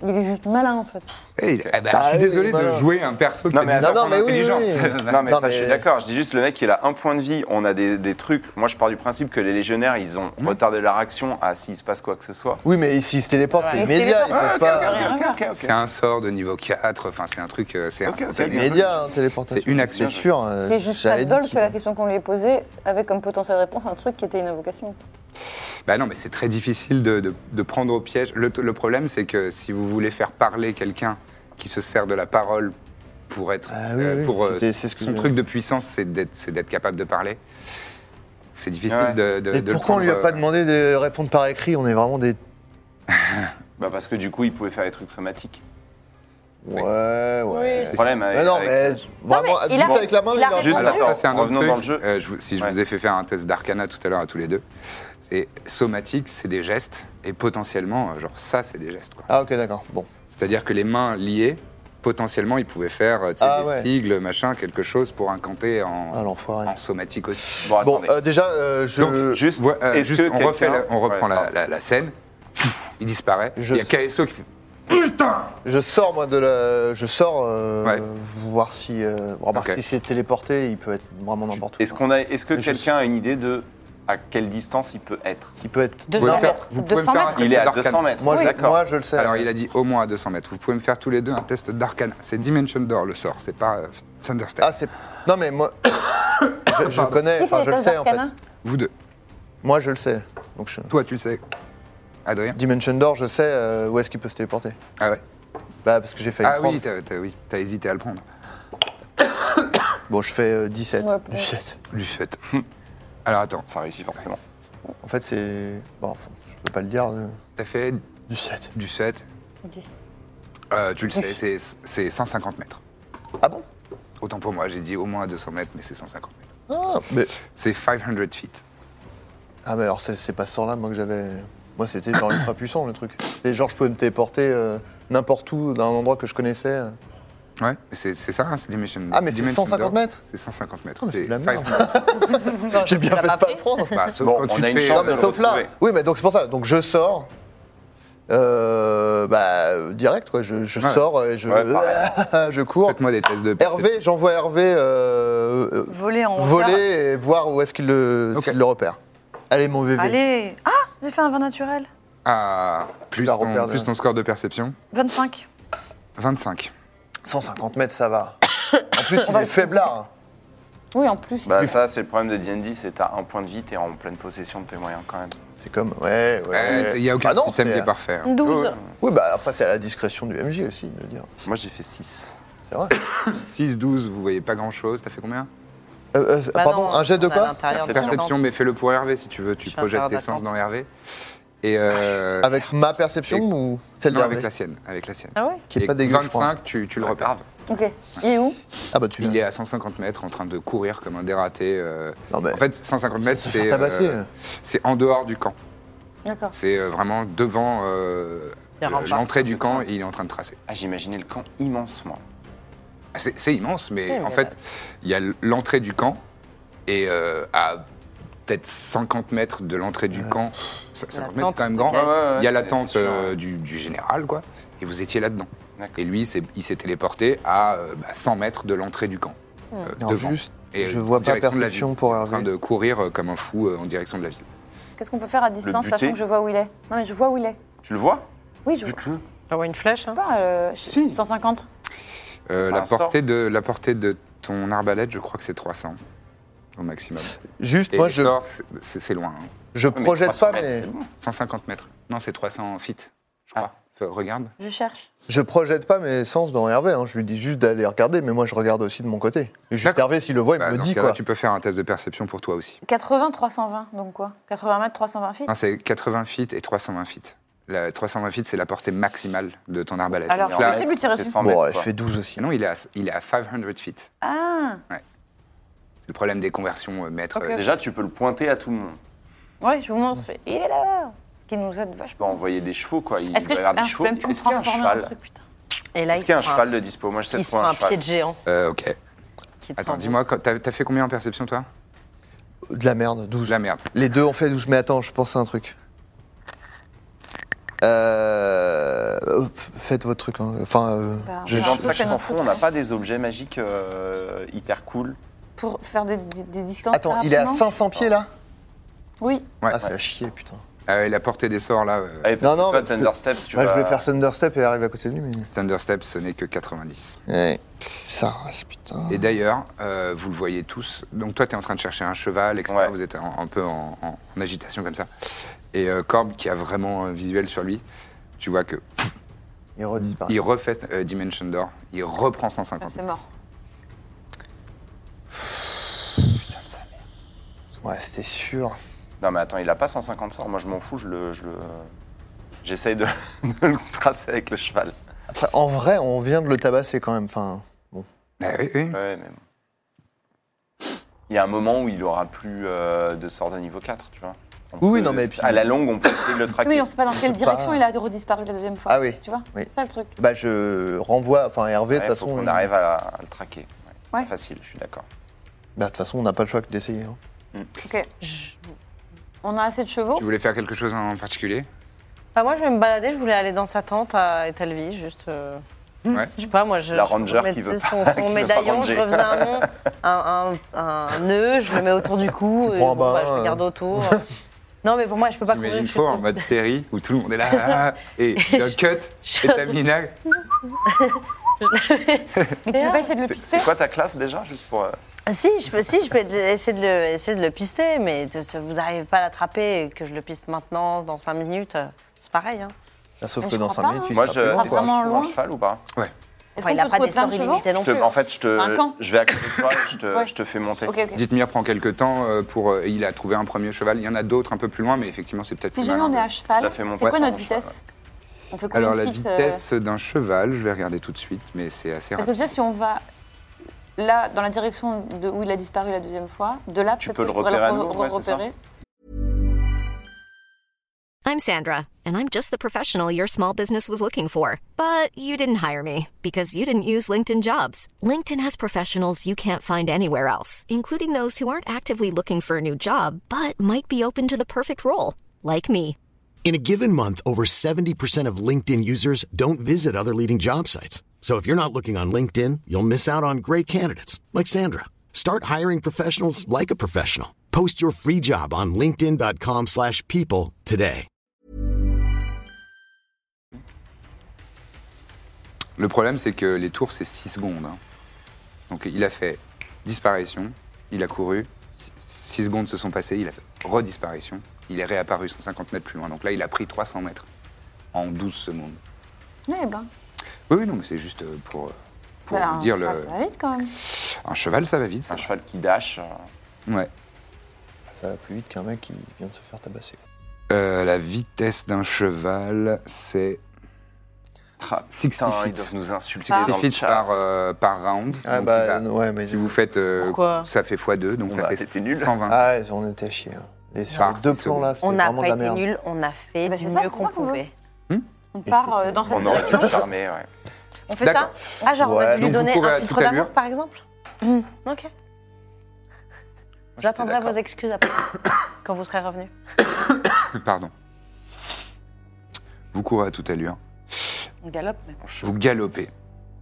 Speaker 6: Il est juste malin en fait.
Speaker 1: Et il- eh ben,
Speaker 2: Ah
Speaker 1: je suis
Speaker 2: oui,
Speaker 1: désolé
Speaker 2: voilà.
Speaker 1: de jouer un perso qui
Speaker 3: Non,
Speaker 1: a
Speaker 3: mais
Speaker 1: des
Speaker 3: attends,
Speaker 1: enfants
Speaker 2: non, mais oui,
Speaker 1: d'intelligence.
Speaker 2: oui, oui.
Speaker 3: Non mais
Speaker 2: Non,
Speaker 3: ça je
Speaker 2: mais-
Speaker 3: suis d'accord, je dis juste le mec il a un point de vie, on a des, des trucs, moi je pars du principe que les légionnaires ils ont retardé leur action à s'il se passe quoi que ce soit. Ah,
Speaker 2: Oui, mais s'il se téléporte, c'est immédiat. Ils peuvent pas.
Speaker 3: Ok, ok, ok.
Speaker 1: C'est un sort de niveau 4, enfin c'est un truc, euh, c'est un-
Speaker 3: Ok, ok,
Speaker 1: c'est
Speaker 2: C'est
Speaker 1: un-
Speaker 2: immédiat, hein, téléportation.
Speaker 1: C'est une action.
Speaker 2: C'est sûr. euh,
Speaker 7: C'est juste pas
Speaker 2: j'avais
Speaker 7: de bol
Speaker 2: dit
Speaker 7: que
Speaker 2: qu'il-
Speaker 7: la question qu'on lui ait posée avait comme potentielle réponse un truc qui était une invocation.
Speaker 1: Bah non, mais c'est très difficile de, de- de prendre au piège. Le, le problème, c'est que si vous voulez faire parler quelqu'un qui se sert de la parole pour être,
Speaker 2: Ah oui, oui,
Speaker 1: pour euh,
Speaker 2: c'était- c'est ce que
Speaker 1: son
Speaker 2: je-
Speaker 1: truc de puissance, c'est d'être, c'est d'être capable de parler. C'est difficile
Speaker 3: Ouais.
Speaker 1: de, de-
Speaker 2: Et
Speaker 1: de le
Speaker 2: pourquoi on lui a
Speaker 1: prendre,
Speaker 2: pas
Speaker 1: euh,
Speaker 2: demandé de répondre par écrit On est vraiment des.
Speaker 3: Bah parce que du coup ils pouvaient faire des trucs somatiques.
Speaker 2: Ouais, ouais.
Speaker 3: Le problème
Speaker 2: Mais
Speaker 3: avec,
Speaker 2: non,
Speaker 3: avec-
Speaker 2: mais vraiment,
Speaker 7: il
Speaker 2: juste
Speaker 7: a-
Speaker 2: avec la main,
Speaker 7: il
Speaker 2: il
Speaker 7: a
Speaker 2: aurait
Speaker 7: répondu.
Speaker 3: Juste
Speaker 2: pas-
Speaker 1: Alors,
Speaker 3: attends,
Speaker 1: ça, c'est un autre
Speaker 3: revenons
Speaker 1: truc.
Speaker 3: dans le jeu.
Speaker 1: Euh, je vous- si je
Speaker 3: Ouais.
Speaker 1: vous ai fait faire un test d'arcana tout à l'heure à tous les deux, c'est somatique, c'est des gestes, et potentiellement, euh, genre ça, c'est des gestes. Quoi.
Speaker 2: Ah, ok, d'accord. Bon.
Speaker 1: C'est-à-dire que les mains liées, potentiellement, ils pouvaient faire euh, tu sais,
Speaker 2: Ah
Speaker 1: des
Speaker 2: ouais.
Speaker 1: sigles, machin, quelque chose pour incanter en,
Speaker 2: Ah, l'enfoiré.
Speaker 1: en somatique aussi.
Speaker 3: Bon,
Speaker 2: Bon,
Speaker 3: Ah, attendez.
Speaker 2: euh, déjà, euh, je.
Speaker 1: Donc,
Speaker 3: Juste,
Speaker 1: Ouais, euh,
Speaker 3: est-ce
Speaker 1: juste,
Speaker 3: que
Speaker 1: on, refait
Speaker 3: quelqu'un-
Speaker 1: la- on reprend
Speaker 3: Ouais,
Speaker 1: la, la- la scène, il disparaît,
Speaker 2: Je
Speaker 1: il y a
Speaker 2: sais.
Speaker 1: KSO qui fait...
Speaker 2: Je sors moi de la, je sors euh,
Speaker 1: Ouais.
Speaker 2: voir si, euh, remarque
Speaker 1: Ok.
Speaker 2: si c'est téléporté, il peut être vraiment n'importe où.
Speaker 3: Est-ce qu'on a, est-ce que
Speaker 2: Mais je-
Speaker 3: quelqu'un a une idée de à quelle distance il peut être
Speaker 2: Il peut être.
Speaker 1: Vous pouvez
Speaker 7: 200
Speaker 1: me faire-
Speaker 7: mètres.
Speaker 1: vous pouvez me
Speaker 7: 200
Speaker 1: faire un
Speaker 7: mètres.
Speaker 1: test
Speaker 3: Il est à
Speaker 1: d'arcana.
Speaker 3: 200 mètres.
Speaker 2: Moi, je,
Speaker 3: D'accord.
Speaker 2: moi, je le sais.
Speaker 1: Alors il a dit au moins à 200 mètres. Vous pouvez me faire tous les deux un test d'arcana. C'est Dimension Door le sort, c'est pas euh, Thunderstep.
Speaker 2: Ah c'est. Non mais moi, je, je connais,
Speaker 7: Qui fait
Speaker 2: enfin
Speaker 7: les
Speaker 2: je le
Speaker 7: tests
Speaker 2: sais en fait.
Speaker 7: d'arcana
Speaker 1: Vous deux.
Speaker 2: Moi, je le sais. Donc, je-
Speaker 1: Toi, tu le sais. Adrien
Speaker 2: Dimension Door, je sais euh, où est-ce qu'il peut se téléporter.
Speaker 1: Ah ouais.
Speaker 2: Bah, parce que j'ai failli
Speaker 1: Ah
Speaker 2: le prendre.
Speaker 1: oui, t'as oui, t'as hésité à le prendre.
Speaker 2: Bon, je fais euh, 17.
Speaker 7: Ouais,
Speaker 2: 17.
Speaker 1: Lui fait. Alors attends,
Speaker 3: Ça réussit forcément.
Speaker 2: En fait, c'est. Bon, enfin, je peux pas le dire. euh,
Speaker 1: t'as fait
Speaker 2: 17.
Speaker 1: du 7.
Speaker 7: Dix.
Speaker 1: Euh, tu le sais, c'est- c'est 150 mètres.
Speaker 2: Ah bon
Speaker 1: Autant pour moi, j'ai dit au moins 200 mètres, mais c'est 150 mètres.
Speaker 2: Ah, mais.
Speaker 1: C'est 500 feet.
Speaker 2: Ah, mais alors, c'est c'est pas ce sens-là, moi, que j'avais. Moi, c'était genre ultra puissant, le truc. C'était genre, je pouvais me téléporter euh, n'importe où, d'un endroit que je connaissais. euh.
Speaker 1: Ouais, mais c'est c'est ça, hein, c'est Dimension
Speaker 2: Ah, mais c'est
Speaker 1: Dimension Door.
Speaker 2: 150 mètres
Speaker 1: C'est 150 mètres.
Speaker 2: Oh, mais c'est
Speaker 1: C'est
Speaker 2: de la merde.
Speaker 1: 500.
Speaker 2: J'ai bien
Speaker 6: l'as
Speaker 2: fait de
Speaker 6: pas
Speaker 2: pas
Speaker 6: pris
Speaker 2: le prendre.
Speaker 1: Bah, sauf
Speaker 3: Bon,
Speaker 1: quand
Speaker 3: on
Speaker 1: tu
Speaker 3: a
Speaker 1: te
Speaker 3: une
Speaker 1: fais,
Speaker 3: chance
Speaker 2: Non,
Speaker 1: euh,
Speaker 2: mais
Speaker 3: de
Speaker 2: sauf là.
Speaker 3: retrouver.
Speaker 2: Oui, mais donc c'est pour ça. Donc je sors. euh, bah, direct, quoi. Je, je
Speaker 1: Ouais.
Speaker 2: sors et je,
Speaker 3: Ouais,
Speaker 2: je cours.
Speaker 1: Faites-moi des tests de
Speaker 2: Hervé, j'envoie Hervé euh, euh,
Speaker 4: Voler en hauteur.
Speaker 2: voler et voir où est-ce qu'il le,
Speaker 1: Ok.
Speaker 2: s'il le repère. Allez, mon VV.
Speaker 4: Allez Ah J'ai fait un vin naturel.
Speaker 1: Ah, plus
Speaker 2: l'as
Speaker 1: ton,
Speaker 2: repéré. hein.
Speaker 1: plus ton score de perception
Speaker 4: 25.
Speaker 1: 25.
Speaker 2: 150 mètres, ça va. En plus, il est faiblard.
Speaker 7: Oui, en plus.
Speaker 3: Bah, ça, c'est le problème de D&D, c'est t'as un point de vie, t'es en pleine possession de tes moyens quand même.
Speaker 2: C'est comme. Ouais,
Speaker 1: Il
Speaker 2: ouais.
Speaker 1: n'y Euh, a aucun
Speaker 2: Bah non,
Speaker 1: système
Speaker 2: c'est-
Speaker 1: qui est parfait. hein.
Speaker 7: 12.
Speaker 2: Oui, bah après, c'est à la discrétion du MJ aussi, de dire.
Speaker 3: Moi, j'ai fait 6.
Speaker 2: C'est vrai.
Speaker 1: 6, 12, vous voyez pas grand-chose. T'as fait combien
Speaker 2: Euh, euh,
Speaker 6: Bah
Speaker 2: pardon,
Speaker 6: non,
Speaker 2: un jet de
Speaker 6: on est à
Speaker 2: quoi
Speaker 6: l'intérieur de la
Speaker 1: Perception,
Speaker 6: tente.
Speaker 1: mais fais-le pour Hervé si tu veux. Tu
Speaker 6: Je suis en
Speaker 1: projettes
Speaker 6: période
Speaker 1: tes sens
Speaker 6: d'attente.
Speaker 1: dans Hervé. Et euh,
Speaker 2: Avec ma perception
Speaker 1: Et-
Speaker 2: ou Ah, celle
Speaker 1: non,
Speaker 2: d'Hervé
Speaker 1: avec la sienne. Avec la sienne.
Speaker 6: Ah ouais
Speaker 2: Qui est
Speaker 1: Et
Speaker 2: pas dégueu, je crois.
Speaker 1: 25, tu, tu le
Speaker 3: Ah,
Speaker 1: repères.
Speaker 7: Ok. Il est où
Speaker 2: Ah bah tu
Speaker 1: Il
Speaker 2: l'as.
Speaker 1: est à 150 mètres en train de courir comme un dératé. euh,
Speaker 2: Non, mais-
Speaker 1: En fait, 150 mètres,
Speaker 2: Se faire
Speaker 1: c'est
Speaker 2: tabasser. hein.
Speaker 1: euh, c'est en dehors du camp.
Speaker 7: D'accord.
Speaker 1: C'est euh, vraiment devant euh,
Speaker 6: Les remparts.
Speaker 1: l'entrée du camp et il est en train de tracer. Ah,
Speaker 3: Ah, j'imaginais le camp immense, moi.
Speaker 1: C'est c'est immense, mais
Speaker 6: Ouais,
Speaker 1: en
Speaker 6: mais
Speaker 1: fait, il y a l'entrée du camp et euh, à peut-être 50 mètres de l'entrée du camp, ça- 50 mètres c'est quand même grand,
Speaker 6: Ouais, ouais,
Speaker 3: ouais,
Speaker 1: il y a
Speaker 3: c'est-
Speaker 1: la
Speaker 3: c'est
Speaker 1: tente
Speaker 3: sûr,
Speaker 1: euh,
Speaker 3: ouais.
Speaker 1: du, du général, quoi, et vous étiez là-dedans.
Speaker 3: D'accord.
Speaker 1: Et lui, c'est- il s'est téléporté à euh, bah, 100 mètres de l'entrée du camp.
Speaker 6: Hmm.
Speaker 1: euh,
Speaker 2: Alors
Speaker 1: devant.
Speaker 2: juste,
Speaker 1: Et
Speaker 2: je
Speaker 1: euh,
Speaker 2: vois pas
Speaker 1: direction de la
Speaker 2: perception
Speaker 1: ville.
Speaker 2: pour
Speaker 1: en train
Speaker 2: Hervé.
Speaker 1: de courir euh, comme un fou euh, en direction de la ville.
Speaker 7: Qu'est-ce qu'on peut faire à distance,
Speaker 3: buter.
Speaker 7: sachant que je vois où il est Non, mais je vois où il est.
Speaker 3: Tu le vois
Speaker 7: Oui, je vois.
Speaker 3: Bute-le.
Speaker 6: T'envoies une flèche, hein
Speaker 7: Pas, euh, je-
Speaker 4: 150.
Speaker 1: Euh, la,
Speaker 3: Un sort.
Speaker 1: portée de, la portée de ton arbalète, je crois que c'est 300 au maximum.
Speaker 2: Juste,
Speaker 1: Et
Speaker 2: moi
Speaker 1: les
Speaker 2: je,
Speaker 1: sorts, c'est- c'est c'est loin. hein.
Speaker 2: je
Speaker 3: Mais
Speaker 2: projette
Speaker 3: 300
Speaker 2: pas,
Speaker 3: mètres,
Speaker 2: mais
Speaker 3: c'est bon.
Speaker 1: 150 mètres. Non, c'est 300 feet, je crois.
Speaker 2: Ah.
Speaker 1: F- Regarde.
Speaker 2: Eh,
Speaker 7: je cherche.
Speaker 2: je projette pas mes sens dans Hervé. hein. Je lui dis juste d'aller regarder, mais moi je regarde aussi de mon côté. Et juste
Speaker 1: D'accord.
Speaker 2: Hervé, s'il le voit, il
Speaker 1: Bah,
Speaker 2: me
Speaker 1: dans
Speaker 2: dit
Speaker 1: ce cas-là,
Speaker 2: quoi.
Speaker 1: tu peux faire un test de perception pour toi aussi.
Speaker 7: 80, 320, donc quoi 80 mètres, 320 feet
Speaker 3: Ah,
Speaker 1: Non, c'est 80 feet et 320 feet. La 320 feet, c'est la portée maximale de ton arbalète.
Speaker 7: Alors,
Speaker 1: Donc là-
Speaker 7: je sais lui tirer
Speaker 3: c'est
Speaker 7: dessus.
Speaker 3: 100 mètres,
Speaker 2: Bon, ouais, je
Speaker 3: quoi.
Speaker 2: fais 12 aussi.
Speaker 1: non, il est, à, il est à 500 feet.
Speaker 7: Ah
Speaker 1: C'est le problème des conversions euh, mètres.
Speaker 7: Ok.
Speaker 1: euh,
Speaker 3: Déjà, tu peux le pointer à tout le monde.
Speaker 7: Ouais, je vous montre. je fais, Il est là Ce qui nous aide
Speaker 3: Tu peux
Speaker 7: vachement.
Speaker 3: envoyer des chevaux, quoi. Il
Speaker 7: Est-ce que je
Speaker 3: regarde
Speaker 7: ah,
Speaker 3: des
Speaker 7: je peux
Speaker 3: chevaux.
Speaker 7: même plus me
Speaker 3: Est-ce qu'il y a un
Speaker 7: transformer en
Speaker 3: cheval
Speaker 7: truc, putain
Speaker 6: Et là,
Speaker 3: Est-ce qu'il y a un
Speaker 6: se prend
Speaker 3: cheval de dispo Moi, je sais
Speaker 6: il se
Speaker 3: pas
Speaker 6: prend
Speaker 3: un
Speaker 6: un pied
Speaker 3: cheval.
Speaker 6: de géant.
Speaker 1: euh, ok.
Speaker 6: qui te
Speaker 1: Attends,
Speaker 6: prend-
Speaker 1: dis-moi, quand- t'as t'as fait combien en perception, toi
Speaker 2: De la merde, 12.
Speaker 1: La merde.
Speaker 2: Les deux ont fait 12, mais attends, je pense à un truc. Euh... hop, Faites votre truc. hein. Enfin, euh,
Speaker 7: Bah,
Speaker 2: je-
Speaker 7: bah,
Speaker 3: Dans
Speaker 7: on
Speaker 3: le
Speaker 7: peut
Speaker 3: sac
Speaker 7: faire
Speaker 3: sans
Speaker 7: un
Speaker 3: fond,
Speaker 7: truc,
Speaker 3: on n'a
Speaker 7: hein.
Speaker 3: pas des objets magiques euh, hyper cool.
Speaker 7: Pour faire des, des- des distances.
Speaker 2: Attends, il est à
Speaker 7: rapidement
Speaker 2: 500 pieds là
Speaker 7: Oui.
Speaker 1: Ouais.
Speaker 2: Ah, c'est à chier, putain.
Speaker 1: Euh, la portée des sorts, là, euh,
Speaker 3: Allez, Ah parce
Speaker 2: Non,
Speaker 3: que
Speaker 2: non,
Speaker 3: toi,
Speaker 2: mais tu-
Speaker 3: Thunderstep, tu
Speaker 2: Moi,
Speaker 3: vas...
Speaker 2: je vais faire Thunderstep et arriver à côté de lui, mais.
Speaker 1: Thunderstep, ce n'est que 90.
Speaker 2: Ouais. Ça reste, putain.
Speaker 1: Et d'ailleurs, euh, vous le voyez tous. Donc toi, tu es en train de chercher un cheval, etc.
Speaker 3: Ouais.
Speaker 1: Vous êtes un, un peu en, en- en agitation comme ça. Et euh, Corbe, qui a vraiment un visuel sur lui, tu vois que
Speaker 2: Il redisparaît.
Speaker 1: il refait euh, Dimension Door. Il reprend
Speaker 6: Ah,
Speaker 1: 150.
Speaker 7: C'est mort.
Speaker 2: Ouais, c'était sûr.
Speaker 3: Non, mais attends, il a pas 150 sorts. Moi, je m'en fous, je le... je le- J'essaye de... de le tracer avec le cheval.
Speaker 2: Après, en vrai, on vient de le tabasser quand même. Enfin,
Speaker 1: Ah oui, oui.
Speaker 3: Ouais, mais bon. Il y a un moment où il aura plus euh, de sorts de niveau 4, tu vois. On
Speaker 2: Oui, oui,
Speaker 3: peut-
Speaker 2: non, mais puis-
Speaker 3: À la longue, on peut essayer de le
Speaker 7: Oui,
Speaker 3: traquer.
Speaker 7: mais on sait pas dans quelle
Speaker 2: peut
Speaker 7: direction
Speaker 2: pas-
Speaker 7: il a redisparu la deuxième fois.
Speaker 2: Ah oui.
Speaker 7: Tu vois
Speaker 2: Oui.
Speaker 7: C'est ça le truc.
Speaker 2: bah, je renvoie. Enfin, Hervé, de
Speaker 3: Ouais,
Speaker 2: toute
Speaker 3: faut
Speaker 2: façon.
Speaker 3: qu'on arrive à, la- à le traquer. Ouais, c'est pas
Speaker 7: Ouais.
Speaker 3: facile, je suis d'accord.
Speaker 2: Bah, de toute façon, on n'a pas le choix que d'essayer. hein.
Speaker 7: Ok. On a assez de chevaux
Speaker 1: Tu voulais faire quelque chose en particulier
Speaker 6: Bah, moi, je vais me balader, je voulais aller dans sa tente à Etalvi, juste. euh,
Speaker 1: Ouais.
Speaker 6: Je sais pas, moi, je.
Speaker 3: La
Speaker 6: je
Speaker 3: ranger
Speaker 6: remettais
Speaker 3: qui veut pas-
Speaker 6: Son,
Speaker 3: qui
Speaker 6: son
Speaker 3: veut pas
Speaker 6: médaillon, je
Speaker 3: ranger.
Speaker 6: refaisais un, nom, un, un- un nœud, je le mets autour du cou,
Speaker 2: Tu
Speaker 6: et
Speaker 2: prends un
Speaker 6: bon, bah,
Speaker 2: bain, euh.
Speaker 6: je regarde autour. non, mais pour moi, je peux pas courir.
Speaker 1: J'imagine
Speaker 6: je suis
Speaker 1: trop
Speaker 6: trop-
Speaker 1: en mode série où tout le monde est là. ah, et d'un cut, et t'as mis là.
Speaker 7: Mais tu veux pas essayer de le
Speaker 3: C'est-
Speaker 7: pisser
Speaker 3: C'est quoi ta classe déjà, juste pour... euh,
Speaker 6: Ah, Si, je peux, si, je peux essayer de le, essayer de le pister, mais de- si vous n'arrivez pas à l'attraper, que je le piste maintenant, dans 5 minutes, euh, c'est pareil. Hein.
Speaker 2: Ah, sauf
Speaker 7: Mais
Speaker 2: que
Speaker 7: je
Speaker 2: dans
Speaker 7: crois
Speaker 2: 5
Speaker 7: pas,
Speaker 2: minutes,
Speaker 7: hein.
Speaker 2: il
Speaker 3: Moi,
Speaker 2: sera
Speaker 3: je,
Speaker 2: plus
Speaker 3: est-ce
Speaker 2: loin,
Speaker 3: que je
Speaker 2: quoi.
Speaker 7: vraiment
Speaker 3: trouve un
Speaker 7: loin.
Speaker 3: cheval ou pas
Speaker 7: Est-ce
Speaker 6: Enfin,
Speaker 7: qu'on
Speaker 6: il n'a
Speaker 7: peut
Speaker 6: pas
Speaker 7: trouver
Speaker 6: des
Speaker 7: plein
Speaker 6: sorts
Speaker 7: de chevaux
Speaker 6: illimités non
Speaker 3: Je
Speaker 6: plus.
Speaker 3: te- En fait, je
Speaker 7: Un
Speaker 3: te,
Speaker 7: camp.
Speaker 3: je vais à côté de toi, je te,
Speaker 7: Ouais.
Speaker 3: je te fais monter.
Speaker 7: Ok, ok.
Speaker 1: Dithmir prend quelques temps euh, pour. euh, il a trouvé un premier cheval. Il y en a d'autres un peu plus loin, mais effectivement, c'est peut-être
Speaker 7: Si
Speaker 1: plus
Speaker 7: jamais
Speaker 1: malin
Speaker 7: on est
Speaker 1: de-
Speaker 7: à cheval,
Speaker 3: Je la fais monter
Speaker 7: c'est quoi
Speaker 3: sur
Speaker 7: notre
Speaker 3: mon cheval,
Speaker 7: vitesse On fait combien
Speaker 1: Alors,
Speaker 7: de
Speaker 1: la
Speaker 7: fils, euh,
Speaker 1: vitesse d'un cheval, je vais regarder tout de suite, mais c'est assez
Speaker 7: Parce
Speaker 1: rapide.
Speaker 7: que tu sais, si on va là, dans la direction de où il a disparu la deuxième fois, de là,
Speaker 3: Tu
Speaker 7: peut-être
Speaker 3: peux
Speaker 7: que
Speaker 3: le
Speaker 7: je pourrais
Speaker 3: repérer à
Speaker 7: re-
Speaker 3: nouveau,
Speaker 7: re-
Speaker 3: ouais, c'est ça.
Speaker 7: repérer.
Speaker 5: I'm Sandra, and I'm just the professional your small business was looking for. But you didn't hire me because you didn't use LinkedIn jobs. LinkedIn has professionals you can't find anywhere else, including those who aren't actively looking for a new job but might be open to the perfect role, like me.
Speaker 8: In a given month, over 70% of LinkedIn users don't visit other leading job sites. So if you're not looking on LinkedIn, you'll miss out on great candidates like Sandra. Start hiring professionals like a professional. Post your free job on linkedin.com/people slash people today.
Speaker 1: Le problème, c'est que les tours, c'est 6 secondes. hein. Donc, il a fait disparition, il a couru, 6 secondes se sont passées, il a fait redisparition, il est réapparu 150 mètres plus loin. Donc là, il a pris 300 mètres en 12 secondes.
Speaker 7: Eh ben,
Speaker 1: Oui, oui, non, mais c'est juste euh, pour, euh, pour
Speaker 7: voilà,
Speaker 1: vous dire
Speaker 7: ça,
Speaker 1: le.
Speaker 7: ça va vite quand même.
Speaker 1: Un cheval, ça va vite, ça.
Speaker 3: Un cheval qui dash. euh,
Speaker 1: Ouais.
Speaker 2: Ça va plus vite qu'un mec qui vient de se faire tabasser.
Speaker 1: Euh, la vitesse d'un cheval, c'est
Speaker 3: ah,
Speaker 1: 60
Speaker 3: putain, ils
Speaker 1: feet.
Speaker 3: doivent nous insulter
Speaker 1: 60
Speaker 3: dans le
Speaker 1: feet
Speaker 3: chat.
Speaker 1: par, euh, par round.
Speaker 2: Ah
Speaker 1: Donc, il
Speaker 2: bah,
Speaker 1: va-
Speaker 2: non, ouais, mais.
Speaker 1: si vous faites. euh,
Speaker 6: Pourquoi
Speaker 1: ça fait x2, donc
Speaker 3: Bon,
Speaker 1: ça
Speaker 3: bah,
Speaker 1: fait
Speaker 3: t'étais nul.
Speaker 1: 120.
Speaker 2: Ah, ouais, on était à chier. hein. Les, sur
Speaker 1: Par
Speaker 2: les deux
Speaker 1: six
Speaker 2: plans là, c'était
Speaker 6: On n'a
Speaker 2: vraiment de la
Speaker 6: pas été
Speaker 2: merde.
Speaker 6: nuls, on a fait
Speaker 7: Bah,
Speaker 6: du
Speaker 7: c'est
Speaker 6: mieux
Speaker 7: ça, c'est
Speaker 6: qu'on
Speaker 7: ça qu'on
Speaker 6: pouvait.
Speaker 1: Hmm
Speaker 7: On part euh, dans cette
Speaker 3: On aurait
Speaker 7: direction.
Speaker 3: pu charmer, ouais.
Speaker 6: On fait ça
Speaker 1: D'accord.
Speaker 6: Ah, genre, on a
Speaker 2: Ouais,
Speaker 6: dû
Speaker 2: donc
Speaker 6: lui
Speaker 1: vous
Speaker 6: donner
Speaker 1: courez à
Speaker 6: un
Speaker 1: toute
Speaker 6: filtre d'amour,
Speaker 1: allure
Speaker 6: par exemple Hmm. Ok. J'attendrai vos excuses après, quand vous serez revenus.
Speaker 1: Pardon. Vous courez à toute allure.
Speaker 6: On galope, mais
Speaker 1: Vous galopez.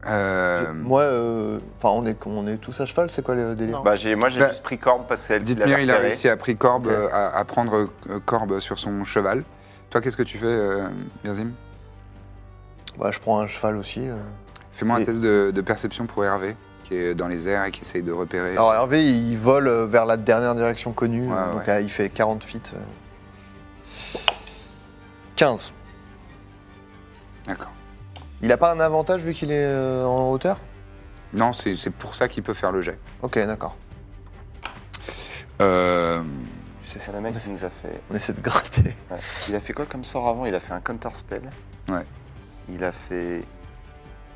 Speaker 1: Euh,
Speaker 2: Moi, euh, enfin, on, est, on est tous à cheval, c'est quoi le délire
Speaker 3: Bah, j'ai, moi, j'ai
Speaker 1: Bah,
Speaker 3: juste pris corde parce qu'elle qui
Speaker 1: Dithmir,
Speaker 3: l'avait
Speaker 1: il a
Speaker 3: repéré.
Speaker 1: réussi à, pris corbe,
Speaker 2: Ok.
Speaker 1: euh, à, à prendre euh, corbe sur son cheval. Toi, qu'est-ce que tu fais, euh, Birzim
Speaker 2: Bah, je prends un cheval aussi. euh.
Speaker 1: Fais-moi un
Speaker 2: Et-
Speaker 1: test de, de perception pour Hervé, qui est dans les airs et qui essaye de repérer.
Speaker 2: Alors, Hervé, il vole euh, vers la dernière direction connue.
Speaker 1: Ouais,
Speaker 2: euh, donc,
Speaker 1: ouais.
Speaker 2: euh, il fait 40 feet. euh. 15.
Speaker 1: D'accord.
Speaker 2: Il a pas un avantage vu qu'il est euh, en hauteur
Speaker 1: Non, c'est c'est pour ça qu'il peut faire le jet.
Speaker 2: Ok, d'accord.
Speaker 1: Euh,
Speaker 2: Tu sais,
Speaker 3: Le mec, il nous a fait.
Speaker 2: On essaie de gratter.
Speaker 3: ouais. Il a fait quoi comme sort avant Il a fait un counter spell.
Speaker 1: Ouais.
Speaker 3: Il a fait.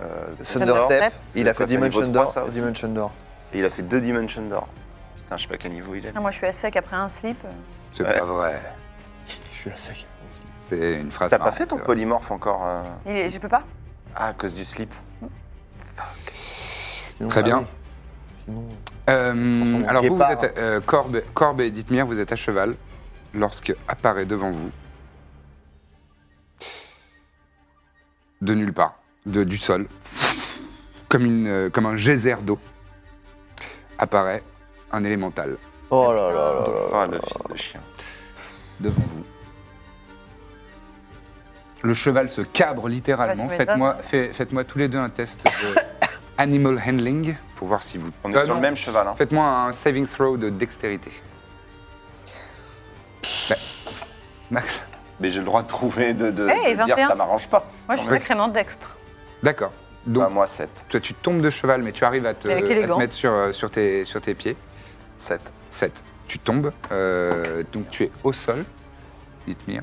Speaker 3: euh,
Speaker 2: Thunder
Speaker 6: Thunder
Speaker 2: Step,
Speaker 6: Step.
Speaker 2: il a
Speaker 3: C'est
Speaker 2: fait
Speaker 3: quoi, ça, niveau
Speaker 2: Dimension
Speaker 3: trois,
Speaker 2: Door.
Speaker 3: ça, aussi
Speaker 2: Dimension Door.
Speaker 3: Et il a fait deux Dimension d'or. Putain, Ah, je sais pas quel niveau
Speaker 1: Ah,
Speaker 3: il est.
Speaker 7: Moi, je suis à sec après un slip.
Speaker 1: c'est
Speaker 3: Ouais.
Speaker 1: pas vrai.
Speaker 2: Je suis à sec.
Speaker 1: C'est une phrase.
Speaker 3: T'as pas
Speaker 1: marrante,
Speaker 3: fait ton
Speaker 1: c'est vrai.
Speaker 3: polymorphe encore euh,
Speaker 7: je peux pas
Speaker 3: Ah, à cause du slip.
Speaker 2: Sinon,
Speaker 1: Très
Speaker 2: ah
Speaker 1: bien.
Speaker 2: oui. Sinon,
Speaker 1: Euh, alors vous, vous
Speaker 2: Guépard.
Speaker 3: hein.
Speaker 1: êtes, euh, Corbe, Corbe et Dithmir, vous êtes à cheval lorsque apparaît devant vous de nulle part, de, du sol, comme, une, euh, comme un geyser d'eau, apparaît un élémental
Speaker 2: Oh là là là là.
Speaker 3: Ah, le fils de chien.
Speaker 1: devant vous. Le cheval se cabre littéralement.
Speaker 7: Ouais, ça
Speaker 1: Faites-moi fait- faites-moi tous les deux un test de animal handling pour voir si vous.
Speaker 3: On est
Speaker 1: Ah
Speaker 3: sur
Speaker 1: non.
Speaker 3: le même cheval. Hein.
Speaker 1: Faites-moi un saving throw de dextérité. Bah, Max.
Speaker 3: Mais j'ai le droit de trouver, de, de,
Speaker 7: Eh,
Speaker 3: de dire
Speaker 7: 21.
Speaker 3: ça m'arrange pas.
Speaker 7: Moi, je suis
Speaker 1: Oui.
Speaker 7: sacrément dextre.
Speaker 1: D'accord.
Speaker 3: Bah,
Speaker 1: Donc,
Speaker 3: moi, 7.
Speaker 1: toi, tu tombes de cheval, mais tu arrives à te,
Speaker 7: Mais avec
Speaker 1: à te
Speaker 7: élégance.
Speaker 1: mettre sur, euh, sur, tes, sur tes pieds.
Speaker 3: 7.
Speaker 1: 7. Tu tombes. euh, Donc, tu es au sol. Dithmir.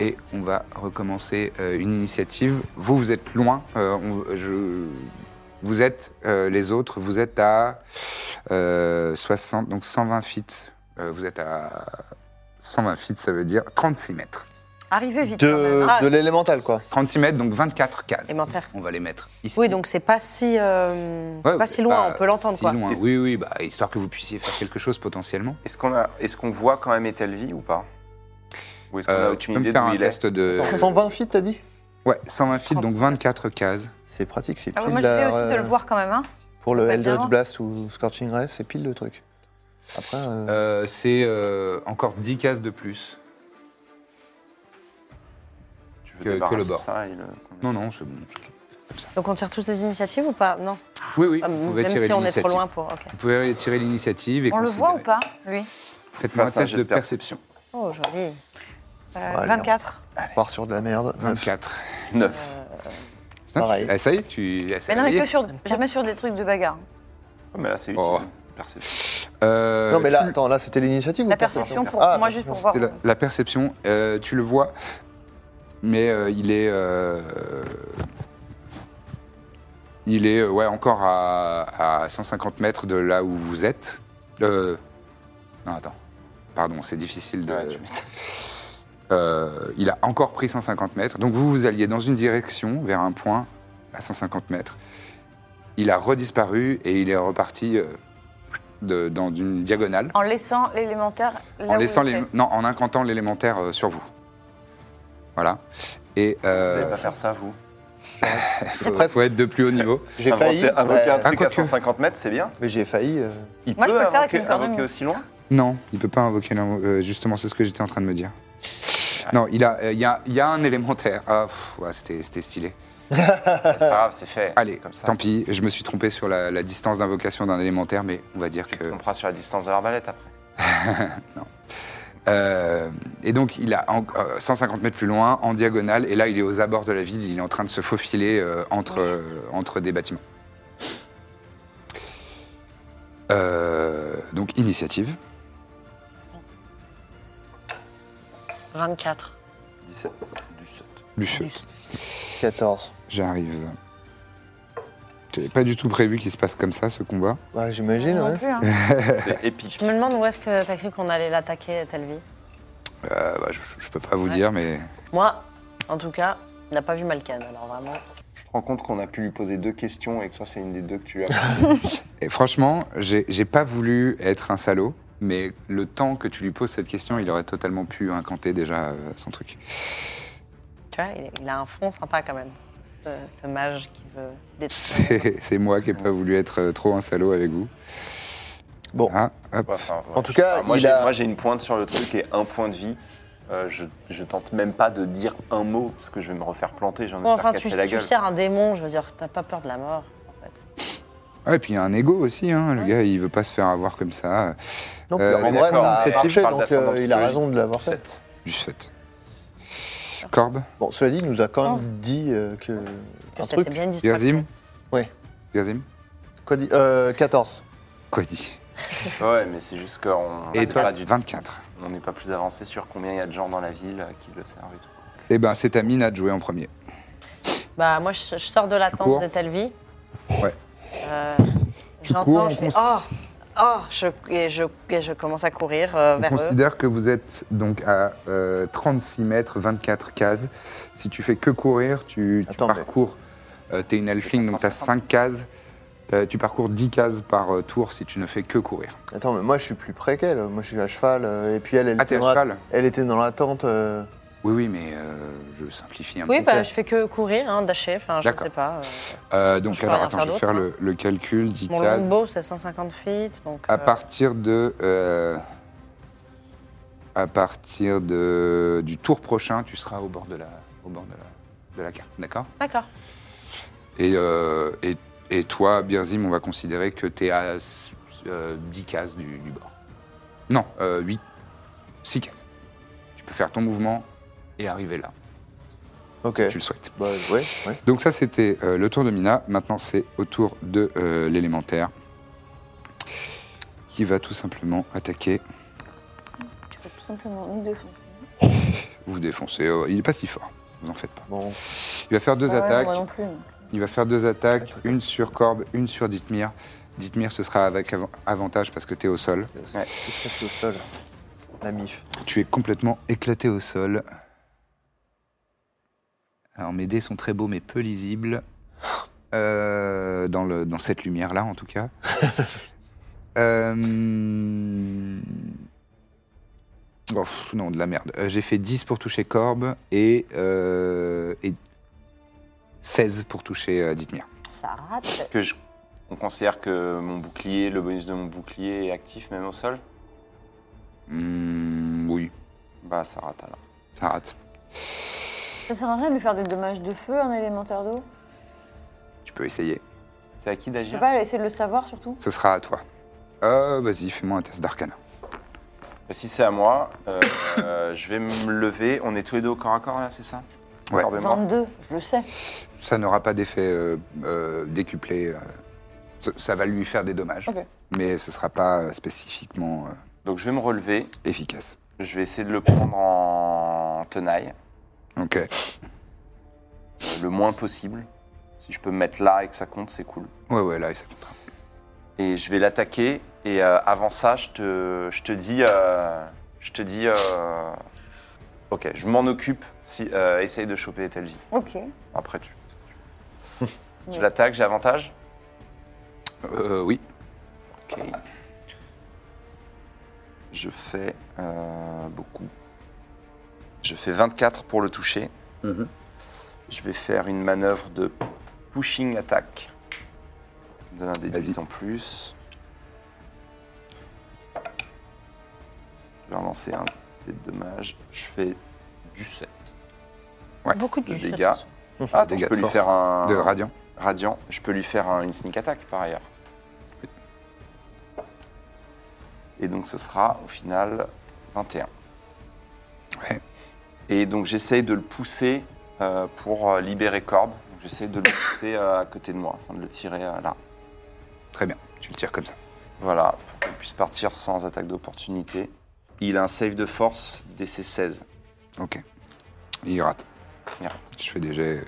Speaker 1: Et on va recommencer euh, une initiative. Vous, vous êtes loin. euh, on- je- vous êtes, euh, les autres, vous êtes à euh, 60, donc 120 feet. Euh, vous êtes à 120 feet, ça veut dire 36 mètres.
Speaker 7: Arrivez vite quand
Speaker 2: De,
Speaker 7: même. Ah,
Speaker 2: de l'élémental, quoi.
Speaker 1: 36 mètres, donc 24 cases.
Speaker 6: Élémentaire.
Speaker 1: On va les mettre ici.
Speaker 6: Oui, donc c'est pas si, euh,
Speaker 1: Ouais,
Speaker 6: pas si
Speaker 1: pas
Speaker 6: loin, on peut l'entendre,
Speaker 1: si
Speaker 6: quoi.
Speaker 1: loin.
Speaker 3: Est-ce-
Speaker 1: Oui, oui, bah, histoire que vous puissiez faire quelque chose potentiellement.
Speaker 3: Est-ce qu'on a, est-ce qu'on voit quand même Etelvi ou pas Ou est-ce qu'on
Speaker 1: Euh,
Speaker 3: a
Speaker 1: tu
Speaker 3: aucune
Speaker 1: peux me
Speaker 3: idée
Speaker 1: faire
Speaker 3: d'où
Speaker 1: un
Speaker 3: il est
Speaker 1: test de.
Speaker 2: Attends, 120 feet, t'as dit
Speaker 1: Ouais, 120 feet, donc 24 cases.
Speaker 2: C'est pratique, c'est
Speaker 7: Ah
Speaker 2: pile
Speaker 7: ouais, moi,
Speaker 2: la-
Speaker 7: j'essaie aussi de le
Speaker 2: euh,
Speaker 7: voir quand même. Hein.
Speaker 2: Pour le
Speaker 7: Pas
Speaker 2: Eldritch
Speaker 7: bien.
Speaker 2: Blast ou Scorching Ray, c'est pile le truc. Après, euh,
Speaker 1: Euh, C'est euh, encore 10 cases de plus.
Speaker 3: Tu
Speaker 1: que- que le
Speaker 3: débarrasser
Speaker 1: bord.
Speaker 3: ça et le-
Speaker 1: Non, non, c'est bon. comme ça.
Speaker 6: Donc on tire tous des initiatives ou pas Non.
Speaker 1: Oui, oui,
Speaker 6: Ah,
Speaker 1: vous pouvez
Speaker 6: Même
Speaker 1: tirer
Speaker 6: si on est trop
Speaker 1: l'initiative.
Speaker 6: loin pour. ok.
Speaker 1: Vous pouvez tirer l'initiative et
Speaker 4: On le voit ou
Speaker 1: considérer.
Speaker 4: pas, lui
Speaker 1: Faites-moi un
Speaker 3: Faire ça,
Speaker 1: test
Speaker 3: j'ai
Speaker 1: de
Speaker 3: de perce.
Speaker 1: perception.
Speaker 6: Oh, joli.
Speaker 4: Euh,
Speaker 2: Ouais,
Speaker 4: 24.
Speaker 2: On part sur de la merde.
Speaker 1: 24.
Speaker 2: Euh,
Speaker 3: 9.
Speaker 1: Putain, tu-
Speaker 2: Pareil.
Speaker 1: Ah, ça y est, tu. ah, ça
Speaker 4: Mais non, mais
Speaker 1: y est.
Speaker 4: que sur, jamais sur des trucs de bagarre.
Speaker 3: mais là, c'est utile.
Speaker 1: Oh.
Speaker 3: Perception.
Speaker 1: Euh,
Speaker 2: non, mais là,
Speaker 1: tu-
Speaker 2: attends, là, c'était l'initiative
Speaker 4: La
Speaker 2: ou perception
Speaker 4: perception, pour
Speaker 2: Ah,
Speaker 4: moi, juste pour voir.
Speaker 1: la, la perception, euh, tu le vois, mais euh, il est. euh, il est euh, ouais, encore à, à 150 mètres de là où vous êtes. Euh, non, attends. Pardon, c'est difficile de.
Speaker 3: Ouais, tu m'étonnes.
Speaker 1: Euh, il a encore pris 150 mètres. Donc vous, vous alliez dans une direction, vers un point, à 150 mètres. Il a redisparu et il est reparti euh, de- dans une diagonale.
Speaker 7: En laissant l'élémentaire là
Speaker 1: En
Speaker 7: où
Speaker 1: laissant
Speaker 7: il
Speaker 1: les...
Speaker 7: était.
Speaker 1: non, en incantant l'élémentaire euh, sur vous. Voilà. Et
Speaker 3: Vous
Speaker 1: euh,
Speaker 3: savez pas faire ça, vous
Speaker 1: faut,
Speaker 2: Après-
Speaker 1: faut être de plus haut niveau.
Speaker 2: J'ai failli.
Speaker 3: Inventer- Invoquer un
Speaker 2: ouais,
Speaker 3: truc à
Speaker 1: Invoquer.
Speaker 3: 150 mètres, c'est bien.
Speaker 2: mais j'ai failli. euh,
Speaker 3: Il
Speaker 7: Moi, je
Speaker 3: peut
Speaker 7: peux le faire avec
Speaker 3: invoquer,
Speaker 7: une cornemuse.
Speaker 3: invoquer aussi loin
Speaker 1: Non, il peut pas invoquer. l'invo- euh, justement, c'est ce que j'étais en train de me dire. Non, il a, euh, il y a, il y a un élémentaire. Ah, pff, ouais, c'était, c'était stylé.
Speaker 3: C'est pas grave, c'est fait.
Speaker 1: Allez,
Speaker 3: comme ça.
Speaker 1: tant pis, je me suis trompé sur la, la distance d'invocation d'un élémentaire, mais on va dire
Speaker 3: Tu
Speaker 1: que.
Speaker 3: te tromperas sur la distance de l'arbalète après.
Speaker 1: Euh, et donc, il a en- euh, 150 mètres plus loin, en diagonale, et là, il est aux abords de la ville, il est en train de se faufiler euh, entre, euh, entre des bâtiments. Euh, donc, initiative.
Speaker 6: 24.
Speaker 3: 17. 17.
Speaker 1: Lucieux,
Speaker 2: 14.
Speaker 1: j'arrive. J'avais pas du tout prévu qu'il se passe comme ça, ce combat.
Speaker 2: Ouais, j'imagine,
Speaker 6: Non
Speaker 2: ouais.
Speaker 6: plus, hein.
Speaker 3: C'est épique.
Speaker 6: Je me demande où est-ce que t'as cru qu'on allait l'attaquer, Telvi.
Speaker 1: Euh, bah, je, je peux pas vous
Speaker 6: Ouais.
Speaker 1: dire, mais.
Speaker 6: Moi, en tout cas, on n'a pas vu Malkan, alors vraiment.
Speaker 3: Je te rends compte qu'on a pu lui poser deux questions et que ça, c'est une des deux que tu as.
Speaker 1: Et franchement, j'ai j'ai pas voulu être un salaud, mais le temps que tu lui poses cette question, il aurait totalement pu incanter déjà euh, son truc.
Speaker 6: Tu vois, il, il a un fond sympa quand même, ce, ce mage qui veut détruire.
Speaker 1: C'est c'est moi qui n'ai pas voulu être euh, trop un salaud avec vous.
Speaker 2: Bon.
Speaker 1: Ah, hop.
Speaker 3: Ouais, enfin, ouais,
Speaker 2: En tout
Speaker 3: je sais
Speaker 2: cas,
Speaker 3: pas. moi
Speaker 2: il
Speaker 3: j'ai
Speaker 2: a-
Speaker 3: moi, j'ai une pointe sur le truc et un point de vie. Euh, je, je tente même pas de dire un mot parce que je vais me refaire planter, j'en ai
Speaker 6: Bon, enfin, tu,
Speaker 3: casser la
Speaker 6: tu
Speaker 3: gueule.
Speaker 6: sers un démon, je veux dire, t'as pas peur de la mort. en fait.
Speaker 1: Ah, et puis il y a un ego aussi, hein. le gars il veut pas se faire avoir comme ça.
Speaker 2: Non,
Speaker 1: Euh,
Speaker 2: en
Speaker 1: mais
Speaker 2: vrai,
Speaker 1: d'accord,
Speaker 2: ça a
Speaker 1: initiative,
Speaker 2: marché,
Speaker 3: je parle
Speaker 2: donc
Speaker 3: d'ascendance
Speaker 2: euh, il a
Speaker 3: psychologique.
Speaker 2: raison de l'avoir fait.
Speaker 3: Sept.
Speaker 1: Du fait. Corbe,
Speaker 2: Bon, cela dit, il nous a quand même dit euh, que.
Speaker 6: Que
Speaker 2: un
Speaker 6: C'était
Speaker 2: truc.
Speaker 6: bien une distraction.
Speaker 1: Yazim
Speaker 2: Ouais.
Speaker 1: Yazim
Speaker 2: Quoi dit euh, 14.
Speaker 1: Quoi dit
Speaker 3: Ouais, mais c'est juste qu'on
Speaker 1: Et
Speaker 3: c'est
Speaker 1: toi
Speaker 3: pas du-
Speaker 1: 24.
Speaker 3: on n'est pas plus avancé sur combien il y a de gens dans la ville euh, qui le servent et tout.
Speaker 1: Eh ben c'est ta mine à te jouer en premier.
Speaker 6: Bah, moi, je, je sors de
Speaker 1: Tu cours
Speaker 6: l'attente de Telvi.
Speaker 1: Ouais.
Speaker 6: Euh,
Speaker 1: Tu
Speaker 6: J'entends,
Speaker 1: cours,
Speaker 6: je
Speaker 1: on
Speaker 6: fais
Speaker 1: cons-
Speaker 6: Oh Oh je, et, je, et je commence à courir euh, vers
Speaker 1: On
Speaker 6: eux.
Speaker 1: considère que vous êtes donc à euh, 36 mètres, 24 cases. Si tu fais que courir, tu, tu
Speaker 2: Attends, mais-
Speaker 1: parcours. euh, T'es une elfling, donc t'as
Speaker 3: 150.
Speaker 1: 5 cases. T'as- Tu parcours 10 cases par euh, tour si tu ne fais que courir.
Speaker 2: Attends, mais moi, je suis plus près qu'elle. Moi, je suis à cheval. euh, et puis elle, elle,
Speaker 1: Ah,
Speaker 2: était,
Speaker 1: t'es à
Speaker 2: dans la-
Speaker 1: cheval
Speaker 2: elle était dans l'attente. euh,
Speaker 1: Oui, oui, mais euh, je simplifie un
Speaker 6: Oui,
Speaker 1: peu.
Speaker 6: bah, je fais que courir, hein, dasher, enfin, je ne
Speaker 1: D'accord.
Speaker 6: sais pas. euh,
Speaker 1: Euh,
Speaker 6: Je
Speaker 1: donc,
Speaker 6: peux
Speaker 1: alors,
Speaker 6: rien
Speaker 1: attends,
Speaker 6: faire
Speaker 1: je vais
Speaker 6: d'autre,
Speaker 1: faire
Speaker 6: hein.
Speaker 1: le, le calcul, 10
Speaker 6: Mon
Speaker 1: cases.
Speaker 6: longbow, c'est 150 feet, donc...
Speaker 1: À
Speaker 6: euh,
Speaker 1: partir de. euh, à partir de, du tour prochain, tu seras au bord de la, au bord de la, de la carte, d'accord
Speaker 6: D'accord.
Speaker 1: et, euh, et, et toi, Birzim, on va considérer que tu es à euh, 10 cases du, du bord. Non, 8, 6 cases. Tu peux faire ton mouvement et arriver là,
Speaker 2: Ok.
Speaker 1: si tu le souhaites.
Speaker 2: Bah, ouais, ouais.
Speaker 1: Donc ça, c'était euh, le tour de Mina. Maintenant, c'est au tour de euh, l'élémentaire qui va tout simplement attaquer,
Speaker 7: Tu peux tout simplement nous défoncer.
Speaker 1: vous défoncer. Oh, il n'est pas si fort, vous en faites pas.
Speaker 2: Bon,
Speaker 1: Il va faire deux
Speaker 7: Ah ouais,
Speaker 1: attaques.
Speaker 7: Moi non plus.
Speaker 1: Il va faire deux attaques, une sur Corbe, une sur Dithmir. Dithmir, ce sera avec av- avantage parce que tu es au sol.
Speaker 2: qu'est-ce que c'est au sol La mif.
Speaker 1: Tu es complètement éclaté au sol. Alors mes dés sont très beaux mais peu lisibles. Euh, dans, le, dans cette lumière-là en tout cas. Euh, oh, pff, non, de la merde. Euh, J'ai fait 10 pour toucher Corbe et, euh, et 16 pour toucher euh, Dithmir.
Speaker 6: Ça rate.
Speaker 3: Est-ce que je- on considère que mon bouclier, le bonus de mon bouclier est actif même au sol
Speaker 1: Hmm, oui,
Speaker 3: Bah ça rate alors.
Speaker 1: ça rate.
Speaker 7: Ça sert à rien de lui faire des dommages de feu, un élémentaire d'eau
Speaker 1: Tu peux essayer.
Speaker 3: C'est à
Speaker 7: Je
Speaker 3: qui
Speaker 7: peux
Speaker 3: d'agir
Speaker 7: pas essayer de le savoir surtout.
Speaker 1: Ce sera à toi. Euh, vas-y, fais-moi un test d'arcana.
Speaker 3: Si c'est à moi, euh, euh, je vais me lever. On est tous les deux au corps à corps là, c'est ça
Speaker 1: Ouais.
Speaker 3: Corps de mort.
Speaker 7: 22, je le sais.
Speaker 1: Ça n'aura pas d'effet euh, euh, décuplé. euh, ça, ça va lui faire des dommages.
Speaker 7: Ok.
Speaker 1: Mais ce sera pas spécifiquement euh,
Speaker 3: Donc je vais me relever.
Speaker 1: efficace.
Speaker 3: Je vais essayer de le prendre en tenaille,
Speaker 1: Ok.
Speaker 3: euh, le moins possible. Si je peux me mettre là et que ça compte, c'est cool.
Speaker 1: Ouais, ouais, là, ça comptera.
Speaker 3: Et je vais l'attaquer. Et euh, avant ça, je te, je te dis. euh, je te dis. euh, ok, je m'en occupe. Si, euh, essaye de choper telle vie.
Speaker 7: Ok.
Speaker 3: Après, tu. Je l'attaque, j'ai avantage
Speaker 1: Euh, oui.
Speaker 3: Ok. Je fais euh, beaucoup. Je fais 24 pour le toucher.
Speaker 1: Mhm.
Speaker 3: Je vais faire une manœuvre de pushing attack. Ça me donne un
Speaker 1: Vas-y.
Speaker 3: D8 en plus. Je vais relancer un dé de dommage. Je fais du 7
Speaker 1: Ouais.
Speaker 6: Beaucoup de
Speaker 3: de
Speaker 6: dégâts.
Speaker 3: dégâts. Ah, attends,
Speaker 1: Dégâts
Speaker 3: je
Speaker 1: de
Speaker 3: peux lui
Speaker 1: force.
Speaker 3: faire un.
Speaker 1: De radiant.
Speaker 3: Radiant. Je peux lui faire un- une sneak attack par ailleurs. Et donc ce sera au final 21.
Speaker 1: Ouais.
Speaker 3: Et donc j'essaye de le pousser euh, pour euh, libérer Corbe. Donc, J'essaye de le pousser euh, à côté de moi, enfin de le tirer euh, là.
Speaker 1: Très bien. Tu le tires comme ça.
Speaker 3: Voilà, pour qu'il puisse partir sans attaque d'opportunité. Il a un save de force DC 16.
Speaker 1: Ok. Il rate.
Speaker 3: Il rate.
Speaker 1: Je fais des jets euh,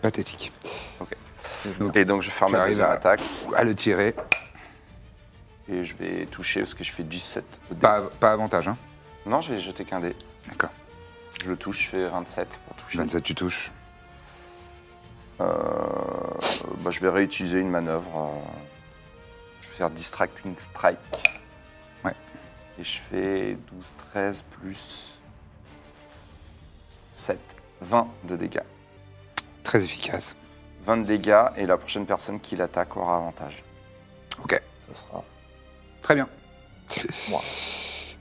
Speaker 1: pathétiques. Donc,
Speaker 3: Et donc je ferme
Speaker 1: tu
Speaker 3: ma
Speaker 1: arrives
Speaker 3: deuxième
Speaker 1: à-
Speaker 3: attaque
Speaker 1: À le tirer,
Speaker 3: et je vais toucher parce que je fais 17 au dé.
Speaker 1: pas, pas avantage, hein.
Speaker 3: Non, j'ai jeté qu'un dé.
Speaker 1: D'accord.
Speaker 3: Je le touche, je fais 27 pour toucher.
Speaker 1: 27, tu touches.
Speaker 3: Euh, bah, je vais réutiliser une manœuvre. euh, Je vais faire Distracting Strike.
Speaker 1: Ouais.
Speaker 3: Et je fais 12, 13 plus 7, 20 de dégâts.
Speaker 1: Très efficace.
Speaker 3: 20 de dégâts et la prochaine personne qui l'attaque aura avantage.
Speaker 1: Ok.
Speaker 2: Ça sera.
Speaker 1: Très bien.
Speaker 2: Moi.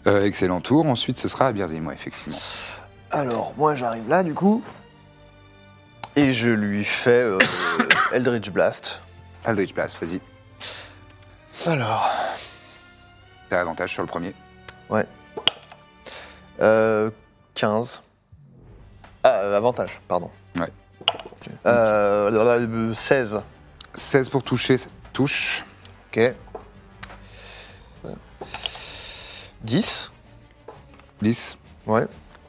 Speaker 1: Euh, excellent tour. Ensuite, ce sera à Birzim, ouais, effectivement.
Speaker 2: Alors, moi, j'arrive là, du coup. Et je lui fais euh, Eldritch Blast.
Speaker 1: Aldrich Blast, vas-y.
Speaker 2: Alors.
Speaker 1: T'as avantage sur le premier.
Speaker 2: Ouais. Euh, 15. Ah, euh, avantage, pardon.
Speaker 1: Ouais.
Speaker 2: Euh, là, là, euh, 16.
Speaker 1: 16 pour toucher, ça touche.
Speaker 2: Ok. 10.
Speaker 1: 10,
Speaker 2: Ouais.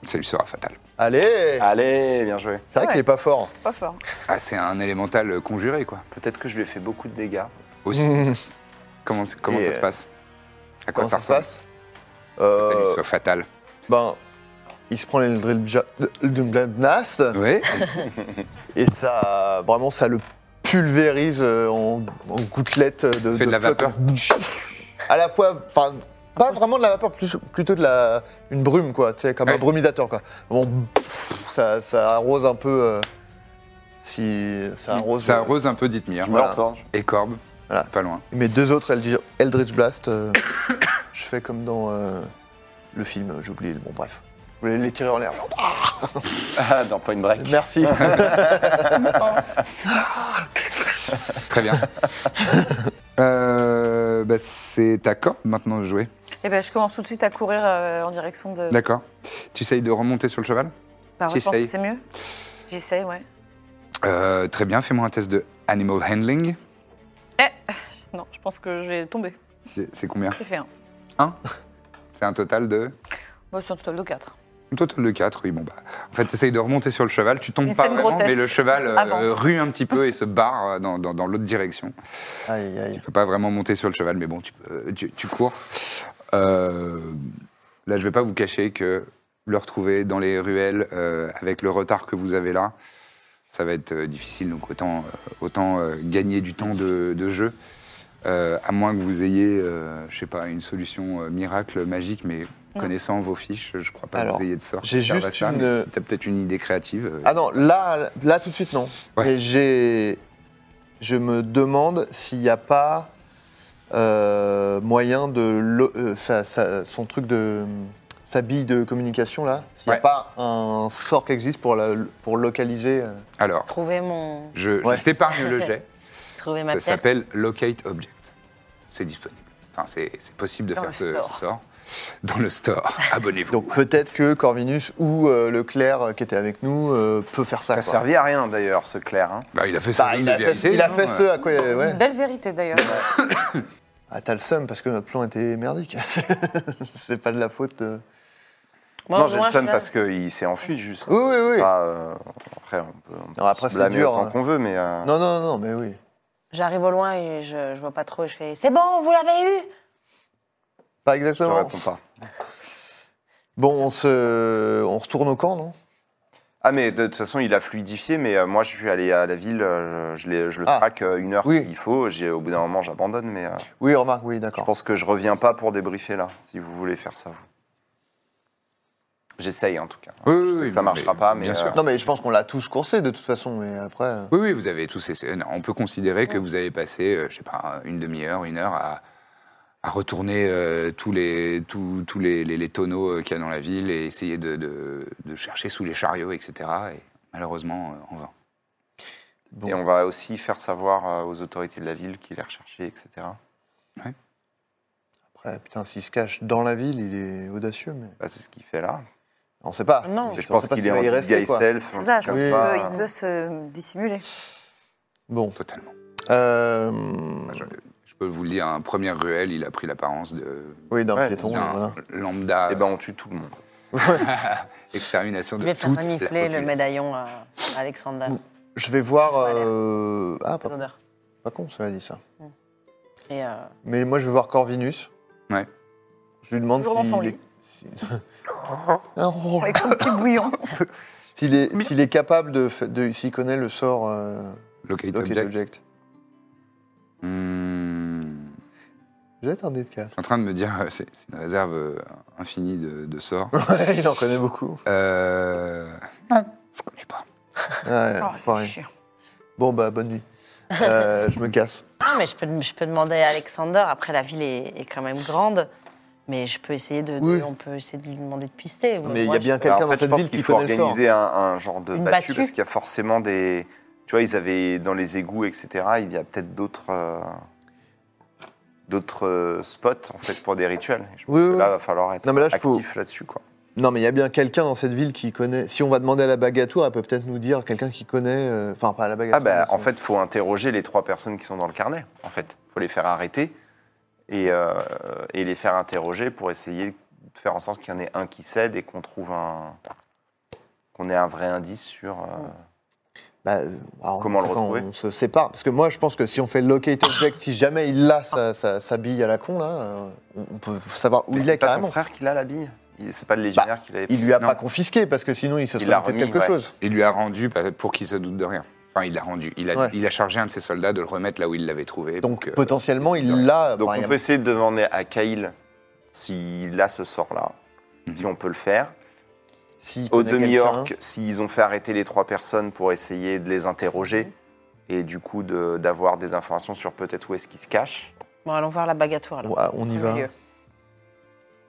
Speaker 1: ça lui sera fatal.
Speaker 2: Allez
Speaker 3: Allez, bien joué.
Speaker 2: C'est vrai qu'il est pas fort.
Speaker 4: Pas fort.
Speaker 1: Ah, c'est un élémental euh, conjuré, quoi.
Speaker 3: Peut-être que je lui ai fait beaucoup de dégâts.
Speaker 1: Aussi. Comment, comment
Speaker 2: Mm. Et,
Speaker 1: ça se passe À quoi
Speaker 2: Comment
Speaker 1: ça
Speaker 2: ça se
Speaker 1: ressemble
Speaker 2: passe
Speaker 1: Ça lui
Speaker 2: euh,
Speaker 1: soit fatal.
Speaker 2: Ben, il se prend l'Eldritch Blast
Speaker 1: Oui,
Speaker 2: et ça, vraiment, ça le pulvérise euh, en, en gouttelettes de,
Speaker 1: Fait de la
Speaker 2: flotte.
Speaker 1: vapeur.
Speaker 2: À la fois, enfin, pas vraiment de la vapeur, plus- plutôt de la, une brume, quoi, tu sais, comme
Speaker 1: Ouais.
Speaker 2: un brumisateur, quoi. Bon, pff, ça, ça arrose un peu. euh, si ça arrose.
Speaker 1: ça arrose un peu Dithmir.
Speaker 3: Je me
Speaker 2: Voilà.
Speaker 3: retourne.
Speaker 1: Et Corbe,
Speaker 2: Voilà.
Speaker 1: pas loin.
Speaker 2: Mais deux autres Eldritch- Eldritch Blast, euh, je fais comme dans euh, le film, j'ai oublié, bon, bref. Je voulais les tirer en l'air.
Speaker 3: Ah, dans Point Break.
Speaker 2: Merci.
Speaker 1: Très bien. euh, bah, c'est à Corbe maintenant de jouer.
Speaker 7: Et ben je commence tout de suite à courir euh, en direction de.
Speaker 1: D'accord. Tu essayes de remonter sur le cheval
Speaker 7: Bah, ouais, je pense
Speaker 1: J'essaye.
Speaker 7: que c'est mieux. J'essaye, ouais.
Speaker 1: Euh, Très bien, fais-moi un test de animal handling.
Speaker 7: Non, je pense que je vais tomber.
Speaker 1: C'est c'est combien
Speaker 7: J'ai fait un.
Speaker 1: C'est un total de
Speaker 7: Moi, c'est un total de 4.
Speaker 1: Un total de 4, oui, bon bah. En fait, t'essayes de remonter sur le cheval, tu tombes
Speaker 7: Une
Speaker 1: pas
Speaker 7: scène
Speaker 1: vraiment,
Speaker 7: grotesque.
Speaker 1: mais le cheval euh,
Speaker 7: Avance.
Speaker 1: rue un petit peu et se barre euh, dans, dans- dans l'autre direction.
Speaker 2: Aïe, aïe.
Speaker 1: Tu peux pas vraiment monter sur le cheval, mais bon, tu, euh, tu- tu cours. Euh, là, je vais pas vous cacher que le retrouver dans les ruelles, euh, avec le retard que vous avez là, ça va être euh, difficile, donc autant, euh, autant euh, gagner du temps de, de jeu. Euh, à moins que vous ayez, euh, je sais pas, une solution euh, miracle, magique, mais connaissant vos fiches, je crois pas
Speaker 2: Alors,
Speaker 1: que vous ayez de sort.
Speaker 2: j'ai
Speaker 1: qui serve à
Speaker 2: juste
Speaker 1: ça, mais
Speaker 2: une-
Speaker 1: Si t'as peut-être une idée créative. euh,
Speaker 2: Ah non, là, là tout de suite non.
Speaker 1: Ouais.
Speaker 2: Mais j'ai, je me demande s'il n'y a pas euh, moyen de le- euh, sa- sa- son truc de sa bille de communication là. S'il n'y
Speaker 1: Ouais.
Speaker 2: a pas un sort qui existe pour la- pour localiser. euh.
Speaker 1: Alors,
Speaker 6: Trouver mon.
Speaker 1: je, je
Speaker 2: Ouais.
Speaker 1: t'épargne le jet.
Speaker 6: trouver ma
Speaker 1: Ça
Speaker 6: pierre.
Speaker 1: s'appelle Locate Object. C'est disponible. Enfin, c'est c'est possible de
Speaker 6: Dans
Speaker 1: faire
Speaker 6: le
Speaker 1: ce,
Speaker 6: store.
Speaker 1: ce sort. Dans le store. Abonnez-vous.
Speaker 2: Donc peut-être que Corvinus ou euh, Leclerc euh, qui était avec nous euh, peut faire ça.
Speaker 3: Ça
Speaker 2: quoi.
Speaker 3: servi à rien d'ailleurs, ce clair. hein.
Speaker 1: Bah, il a fait
Speaker 2: Bah,
Speaker 1: sa zone
Speaker 2: il,
Speaker 1: de
Speaker 2: a fait,
Speaker 1: vérité,
Speaker 2: il a
Speaker 1: non euh,
Speaker 2: fait ce à quoi. euh, ouais.
Speaker 4: Belle vérité d'ailleurs.
Speaker 2: Ah, t'as le seum parce que notre plan était merdique. c'est pas de la faute. euh. de-
Speaker 6: Moi,
Speaker 3: non,
Speaker 6: au moins, je
Speaker 3: Jensen,
Speaker 6: suis là.
Speaker 3: parce qu'il s'est enfui juste.
Speaker 2: Oui, oui, oui.
Speaker 3: C'est pas, euh, après, on peut, on peut
Speaker 2: Bah, Non, après,
Speaker 3: se
Speaker 2: c'est
Speaker 3: blâmer
Speaker 2: dur,
Speaker 3: autant
Speaker 2: hein.
Speaker 3: qu'on veut, mais. euh,
Speaker 2: Non, non, non, mais oui.
Speaker 6: J'arrive au loin et je, je vois pas trop et je fais C'est bon, vous l'avez eu
Speaker 2: Pas
Speaker 3: Je te
Speaker 2: exactement.
Speaker 3: réponds pas.
Speaker 2: Bon, on se, on retourne au camp, non
Speaker 3: Ah, mais de toute façon, il a fluidifié, mais euh, moi, je suis allé à la ville, euh, je, l'ai- je le
Speaker 2: Ah.
Speaker 3: traque euh, une heure
Speaker 2: Oui.
Speaker 3: s'il faut. J'ai, au bout d'un moment, j'abandonne, mais euh,
Speaker 2: Oui, remarque, oui,
Speaker 3: je
Speaker 2: d'accord.
Speaker 3: pense que je reviens pas pour débriefer là, si vous voulez faire ça, vous. J'essaye, en tout cas.
Speaker 1: Oui,
Speaker 3: Je
Speaker 1: oui,
Speaker 3: sais
Speaker 1: oui,
Speaker 3: que ça
Speaker 1: mais-
Speaker 3: marchera pas, mais.
Speaker 1: bien sûr.
Speaker 2: Non, mais euh, je pense qu'on l'a tous coursé de toute façon, mais après. euh,
Speaker 1: Oui, oui, vous avez tous essayé. Non, On peut considérer que vous avez passé, euh, je sais pas, une demi-heure, une heure à, à retourner euh, tous les, tous, tous les, les- les tonneaux euh, qu'il y a dans la ville et essayer de, de- de chercher sous les chariots, etc. Et malheureusement, euh, en vain.
Speaker 2: bon.
Speaker 3: Et on va aussi faire savoir euh, aux autorités de la ville qu'il est recherché, etc.
Speaker 2: Après, putain, s'il se cache dans la ville, il est audacieux, mais
Speaker 3: Bah, c'est ce qu'il fait là.
Speaker 2: on sait pas.
Speaker 6: Non.
Speaker 2: On
Speaker 3: je
Speaker 2: sait
Speaker 3: pense
Speaker 2: pas
Speaker 3: qu'il
Speaker 2: s'il
Speaker 3: est
Speaker 2: va
Speaker 3: en
Speaker 2: y rester,
Speaker 3: disguise
Speaker 2: quoi.
Speaker 3: self.
Speaker 4: C'est ça, je
Speaker 3: comme
Speaker 1: Ah
Speaker 4: pense qu'il
Speaker 3: ça,
Speaker 4: peut,
Speaker 3: euh,
Speaker 4: il peut se dissimuler.
Speaker 2: Bon.
Speaker 1: Totalement.
Speaker 2: Euh,
Speaker 3: Ah,
Speaker 1: Enfin, je, je peux vous le dire, hein, première ruelle, il a pris l'apparence de
Speaker 2: Oui, d'un
Speaker 3: Ouais,
Speaker 2: piéton,
Speaker 1: d'un
Speaker 2: voilà.
Speaker 1: lambda
Speaker 3: Eh ben, on tue tout le monde.
Speaker 1: extermination
Speaker 6: Je
Speaker 1: de
Speaker 6: vais faire
Speaker 1: toute la
Speaker 6: renifler le
Speaker 1: population.
Speaker 6: médaillon à à Alexander.
Speaker 2: Je vais voir.
Speaker 6: Ça a l'air.
Speaker 2: euh, Ah, pas,
Speaker 6: L'odeur.
Speaker 2: pas con, ça a dit ça.
Speaker 6: Et euh,
Speaker 2: Mais moi, je vais voir Corvinus.
Speaker 1: Ouais.
Speaker 2: Je lui demande
Speaker 4: Toujours dans
Speaker 2: s'il
Speaker 4: son
Speaker 2: est...
Speaker 4: lit.
Speaker 2: si- Ah, oh,
Speaker 4: Avec son petit bouillon.
Speaker 2: S'il est, s'il est capable de, fa- de s'il connaît le sort euh,
Speaker 1: Locate
Speaker 2: Locate
Speaker 1: object.
Speaker 2: Object.
Speaker 1: Hmm.
Speaker 2: Jette un dé de 4.
Speaker 1: Je suis en train de me dire, euh, c'est c'est une réserve euh, infinie de, de sorts.
Speaker 2: il en connaît beaucoup.
Speaker 1: Euh, Non, je connais pas.
Speaker 2: Ouais,
Speaker 4: Oh,
Speaker 2: enfoiré.
Speaker 4: chiant.
Speaker 2: Bon bah bonne nuit. Euh, je me casse.
Speaker 6: Ah, mais je peux, je peux demander à Alexander. Après, la ville est, est quand même grande. Mais je peux essayer de, de-
Speaker 2: Oui.
Speaker 6: on peut essayer de lui demander de pister. Moi,
Speaker 2: Mais il y
Speaker 6: moi,
Speaker 2: a bien
Speaker 6: je-
Speaker 2: Quelqu'un
Speaker 3: Alors, en
Speaker 2: dans
Speaker 3: fait,
Speaker 2: cette
Speaker 3: je pense
Speaker 2: ville qui
Speaker 3: qu'il faut
Speaker 2: connaît le
Speaker 3: organiser un, un genre de
Speaker 6: Une
Speaker 3: battue,
Speaker 6: battue.
Speaker 3: parce qu'il y a forcément des. Tu vois, ils avaient dans les égouts, etc. Il y a peut-être d'autres. euh, d'autres euh, spots en fait pour des rituels. Et Je pense
Speaker 2: Oui,
Speaker 3: que
Speaker 2: oui.
Speaker 3: là, va falloir être
Speaker 2: Non, mais là, je peux-
Speaker 3: actif là-dessus, quoi.
Speaker 2: Non mais il y a bien quelqu'un dans cette ville qui connaît. Si on va demander à la bagatour, elle peut peut-être nous dire quelqu'un qui connaît. euh, Enfin pas à la bagatour.
Speaker 3: Ah bah,
Speaker 2: mais
Speaker 3: en
Speaker 2: son-
Speaker 3: fait, faut interroger les trois personnes qui sont dans le carnet. En fait, faut les faire arrêter et, euh, et les faire interroger pour essayer de faire en sorte qu'il y en ait un qui cède et qu'on trouve un qu'on ait un vrai indice sur. euh,
Speaker 2: Bah, euh, alors,
Speaker 3: Comment le
Speaker 2: quand
Speaker 3: retrouver
Speaker 2: On se sépare parce que moi je pense que si on fait locate object, si jamais il l'a sa, sa, sa bille à la con là, euh, on- on peut savoir où
Speaker 3: Mais
Speaker 2: il
Speaker 3: c'est
Speaker 2: est
Speaker 3: pas ton
Speaker 2: carrément. Bah,
Speaker 3: frère qui l'a la bille. Il- C'est pas le légionnaire qui l'avait.
Speaker 2: Il lui a
Speaker 1: Non.
Speaker 2: pas confisqué parce que sinon il se
Speaker 3: Il
Speaker 2: serait
Speaker 3: l'a
Speaker 2: peut-être
Speaker 3: remis,
Speaker 2: quelque
Speaker 3: ouais.
Speaker 2: chose.
Speaker 1: Il lui a rendu bah, pour qu'il se doute de rien. Enfin, il l'a rendu. Il a,
Speaker 2: Ouais.
Speaker 1: il a chargé un de ses soldats de le remettre là où il l'avait trouvé. pour
Speaker 2: Donc
Speaker 1: que-
Speaker 2: potentiellement
Speaker 1: de
Speaker 2: il
Speaker 1: rien.
Speaker 2: l'a.
Speaker 3: euh, Donc
Speaker 2: enfin, il y
Speaker 3: on
Speaker 2: a-
Speaker 3: peut essayer de demander à Kyle s'il a ce sort-là,
Speaker 1: Mhm.
Speaker 3: si on peut le faire.
Speaker 2: s'il
Speaker 3: Au
Speaker 2: connaît quelqu'un. hein.
Speaker 3: demi-orc, s'ils ont fait arrêter les trois personnes pour essayer de les interroger
Speaker 2: Mhm.
Speaker 3: et du coup de- d'avoir des informations sur peut-être où est-ce qu'ils se cachent.
Speaker 6: Bon, allons voir la bagatoire. alors.
Speaker 2: Ouais, on y va.
Speaker 6: Au milieu.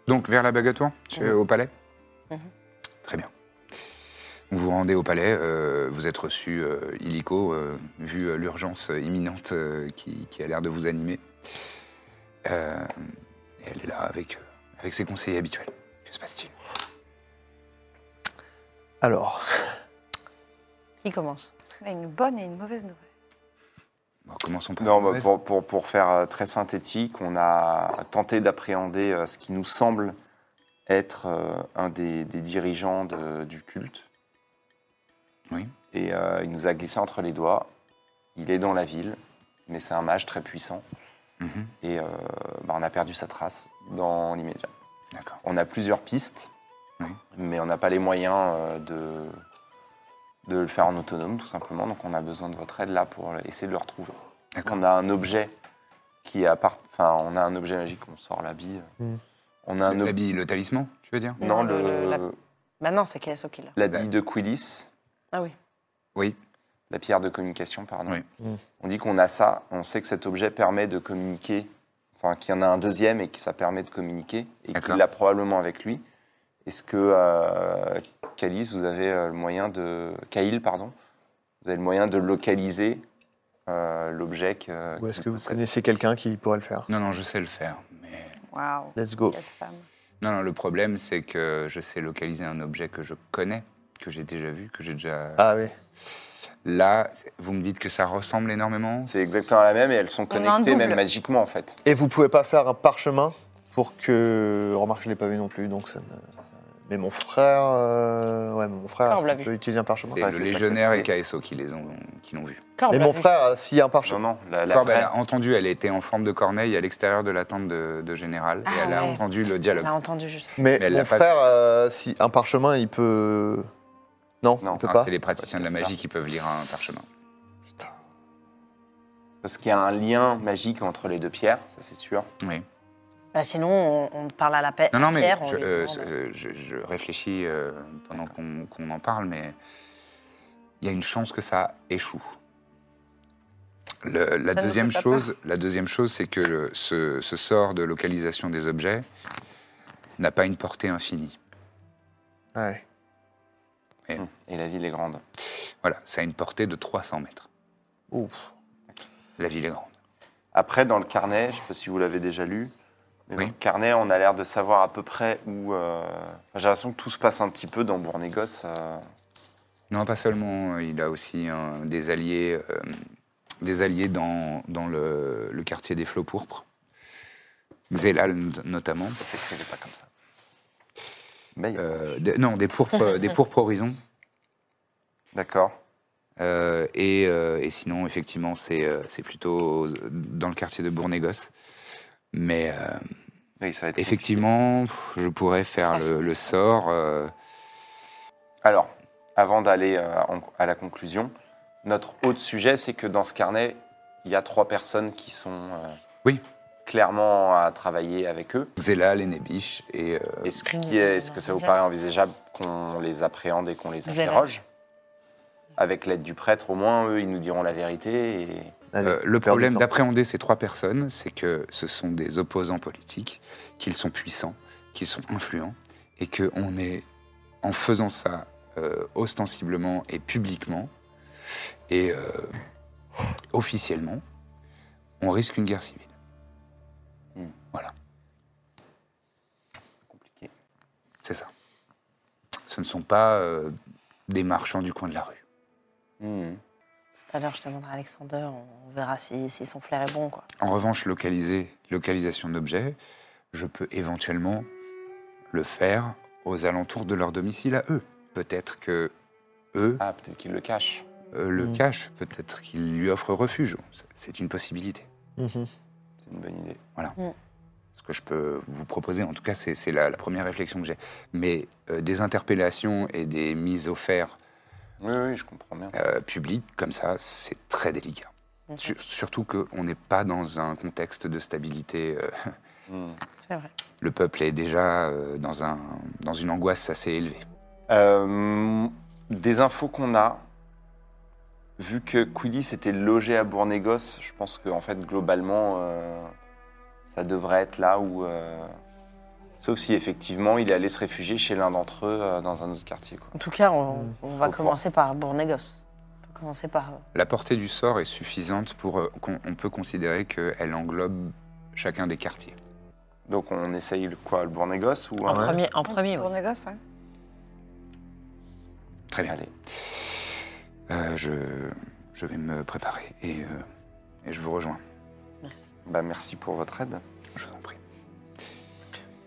Speaker 1: Donc, vers la Bagatour, chez- au palais Très bien. Vous vous rendez au palais, euh, vous êtes reçu euh, illico, euh, vu euh, l'urgence euh, imminente euh, qui, qui a l'air de vous animer. Euh, et elle est là avec, euh, avec ses conseillers habituels. Que se passe-t-il
Speaker 2: Alors,
Speaker 6: Qui commence
Speaker 4: On a une bonne et une mauvaise nouvelle.
Speaker 1: Bon, Commençons par.
Speaker 3: Non,
Speaker 1: la
Speaker 3: bah,
Speaker 1: mauvaise.
Speaker 3: pour, pour- pour faire euh, très synthétique, on a tenté d'appréhender euh, ce qui nous semble être euh, un des, des dirigeants de- du culte.
Speaker 1: Oui.
Speaker 3: Et euh, il nous a glissé entre les doigts. Il est dans la ville, mais c'est un mage très puissant.
Speaker 1: Mhm,
Speaker 3: Et euh, bah, on a perdu sa trace dans l'immédiat.
Speaker 1: D'accord.
Speaker 3: On a plusieurs pistes,
Speaker 1: Oui.
Speaker 3: mais on n'a pas les moyens euh, de, de le faire en autonome, tout simplement. Donc on a besoin de votre aide là pour essayer de le retrouver.
Speaker 1: D'accord.
Speaker 3: On a un objet qui est à part... Enfin, on a un objet magique, on sort la bille.
Speaker 2: Mm.
Speaker 3: On a un ob-
Speaker 1: Hmm. L'habit, le talisman, tu veux dire
Speaker 3: Non,
Speaker 6: Non, le-
Speaker 3: le-
Speaker 6: la- Bah non, c'est KSO qui l'a.
Speaker 3: la bille de Quillis,
Speaker 6: Ah oui.
Speaker 1: Oui.
Speaker 3: la pierre de communication, pardon.
Speaker 1: Oui.
Speaker 2: Mm.
Speaker 3: On dit qu'on a ça, on sait que cet objet permet de communiquer, enfin qu'il y en a un deuxième et que ça permet de communiquer, et
Speaker 1: D'accord.
Speaker 3: qu'il l'a probablement avec lui. Est-ce que, euh, Calis, vous avez euh, le moyen de... Kaïl, pardon, vous avez le moyen de localiser euh, l'objet que.
Speaker 2: Ou est-ce que vous connaissez quelqu'un qui pourrait le faire
Speaker 1: Non, non, je sais le faire.
Speaker 7: Waouh.
Speaker 2: Let's go.
Speaker 1: Non, non, le problème, c'est que je sais localiser un objet que je connais, que j'ai déjà vu, que j'ai déjà.
Speaker 2: Ah oui.
Speaker 1: Là, c'est- vous me dites que ça ressemble énormément
Speaker 3: C'est exactement la même et elles sont
Speaker 7: On a un connectées, même double.
Speaker 3: magiquement en fait.
Speaker 2: Et vous pouvez pas faire un parchemin pour que. Remarque, je l'ai pas vu non plus, donc ça. ne- Mais mon frère, euh, ouais, mon frère,
Speaker 6: Ah, on
Speaker 2: est-ce
Speaker 6: l'a
Speaker 2: qu'on
Speaker 6: vu.
Speaker 2: peut utiliser un parchemin.
Speaker 1: C'est
Speaker 3: Ouais,
Speaker 1: le
Speaker 3: c'est pas
Speaker 1: légionnaire et
Speaker 3: testé.
Speaker 1: KSO qui les ont, qui l'ont vu.
Speaker 6: Corbe
Speaker 2: Mais
Speaker 6: l'a
Speaker 2: mon
Speaker 6: vu.
Speaker 2: frère, euh, s'il y a un
Speaker 3: Non,
Speaker 2: parchemin,
Speaker 3: non, la, la
Speaker 1: Corbe, elle
Speaker 3: vraie-
Speaker 1: a entendu, elle était en forme de corneille à l'extérieur de la tente de, de général, et
Speaker 6: Ah,
Speaker 1: elle a
Speaker 6: ouais.
Speaker 1: entendu le
Speaker 6: On
Speaker 1: dialogue.
Speaker 6: a entendu, je sais.
Speaker 2: mais,
Speaker 1: Mais elle
Speaker 2: mon
Speaker 1: l'a pas
Speaker 2: frère, euh, si un parchemin, il peut. Non,
Speaker 3: Non,
Speaker 2: il peut
Speaker 1: Enfin,
Speaker 2: pas.
Speaker 1: ah, c'est les praticiens de la
Speaker 3: C'est ça.
Speaker 1: magie qui peuvent lire un parchemin.
Speaker 3: Parce qu'il y a un lien magique entre les deux pierres, ça c'est sûr.
Speaker 1: Oui.
Speaker 6: Bah, sinon, on, on parle à la paix.
Speaker 1: Non, non, mais
Speaker 6: Pierre, on
Speaker 1: je,
Speaker 6: lui
Speaker 1: euh,
Speaker 6: demande.
Speaker 1: je- je- je réfléchis euh, pendant qu'on qu'on en parle, mais il y a une chance que ça échoue. Le- la,
Speaker 7: Ça nous
Speaker 1: deuxième
Speaker 7: fait pas
Speaker 1: chose, la deuxième chose, c'est que le- ce, ce sort de localisation des objets n'a pas une portée infinie.
Speaker 2: Ouais.
Speaker 3: Et la ville est grande.
Speaker 1: Voilà, ça a une portée de 300 mètres.
Speaker 2: Ouf.
Speaker 1: La ville est grande.
Speaker 3: Après, dans le carnet, je ne sais pas si vous l'avez déjà lu, mais
Speaker 1: Oui.
Speaker 3: dans le carnet, on a l'air de savoir à peu près où. euh, enfin, J'ai l'impression que tout se passe un petit peu dans Bourg-Négoce. euh,
Speaker 1: Non, pas seulement. euh, Il a aussi un- des alliés, euh, des alliés dans, dans le, le quartier des flots pourpres. Xelal, not- notamment.
Speaker 3: ça s'écrivait pas comme ça. Mais,
Speaker 1: Euh, des- non, des pourpres, des pourpres horizons.
Speaker 3: D'accord.
Speaker 1: Euh, et, euh, et sinon, effectivement, c'est euh, c'est plutôt aux- dans le quartier de Bournégoce. Mais euh,
Speaker 3: Oui, ça va être compliqué.
Speaker 1: effectivement, pff, je pourrais faire le, le sort. euh,
Speaker 3: Alors, avant d'aller euh, en- à la conclusion, notre autre sujet, c'est que dans ce carnet, il y a trois personnes qui sont euh,
Speaker 1: Oui.
Speaker 3: clairement à travailler avec eux.
Speaker 1: Xelal et Nebiche. Et, euh,
Speaker 3: Est-ce qui est- est-ce que ça vous
Speaker 6: Zé-
Speaker 3: paraît envisageable qu'on les appréhende et qu'on les
Speaker 6: Zé-
Speaker 3: interroge Avec l'aide du prêtre, au moins, eux, ils nous diront la vérité. Et...
Speaker 2: Allez,
Speaker 1: Euh, le
Speaker 2: perdre du
Speaker 1: problème
Speaker 2: temps.
Speaker 1: d'appréhender ces trois personnes, c'est que ce sont des opposants politiques, qu'ils sont puissants, qu'ils sont influents, et que on est, en faisant ça euh, ostensiblement et publiquement, et euh, officiellement, on risque une guerre civile.
Speaker 3: Hmm.
Speaker 1: Voilà,
Speaker 3: Compliqué.
Speaker 1: c'est ça. Ce ne sont pas euh, des marchands du coin de la rue.
Speaker 3: Hmm.
Speaker 6: Tout à l'heure, je demanderai à Alexander, on verra si, si son flair est bon. Quoi.
Speaker 1: En revanche, localiser, localisation d'objets, je peux éventuellement le faire aux alentours de leur domicile à eux. Peut-être que eux
Speaker 3: Ah, peut-être qu'ils le cachent.
Speaker 1: euh, le
Speaker 2: Mm.
Speaker 1: cachent, peut-être qu'ils lui offrent refuge. C'est- C'est une possibilité.
Speaker 2: Mhm.
Speaker 3: C'est une bonne idée.
Speaker 1: Ce que je peux vous proposer, en tout cas, c'est c'est la, la première réflexion que j'ai. Mais euh, des interpellations et des mises au fer
Speaker 3: Oui, oui, je comprends bien.
Speaker 1: euh, publiques, comme ça, c'est très délicat.
Speaker 6: Mhm.
Speaker 1: Sur- surtout qu'on n'est pas dans un contexte de stabilité euh,
Speaker 3: Hmm.
Speaker 6: C'est vrai.
Speaker 1: le peuple est déjà euh, dans, un, dans une angoisse assez élevée.
Speaker 3: Euh, des infos qu'on a, vu que Quilly s'était logé à Bournégoce, je pense que en fait globalement, euh, ça devrait être là où, euh, sauf si effectivement il est allé se réfugier chez l'un d'entre eux euh, dans un autre quartier. Quoi.
Speaker 6: En tout cas, on,
Speaker 2: Mm.
Speaker 6: on va
Speaker 3: Faut
Speaker 6: commencer par Bournégoce. On peut commencer par. euh,
Speaker 1: La portée du sort est suffisante pour euh, qu'on on peut considérer qu'elle englobe chacun des quartiers.
Speaker 3: Donc on essaye le, quoi, le Bournégoce ou hein?
Speaker 6: En
Speaker 3: un-
Speaker 6: premier, en premier
Speaker 7: Pour
Speaker 6: oui.
Speaker 7: les gosses, ouais.
Speaker 1: Très bien.
Speaker 3: Allez.
Speaker 1: Euh, je, je vais me préparer et, euh, et je vous rejoins.
Speaker 6: Merci.
Speaker 3: Bah merci pour votre aide.
Speaker 1: Je vous en prie.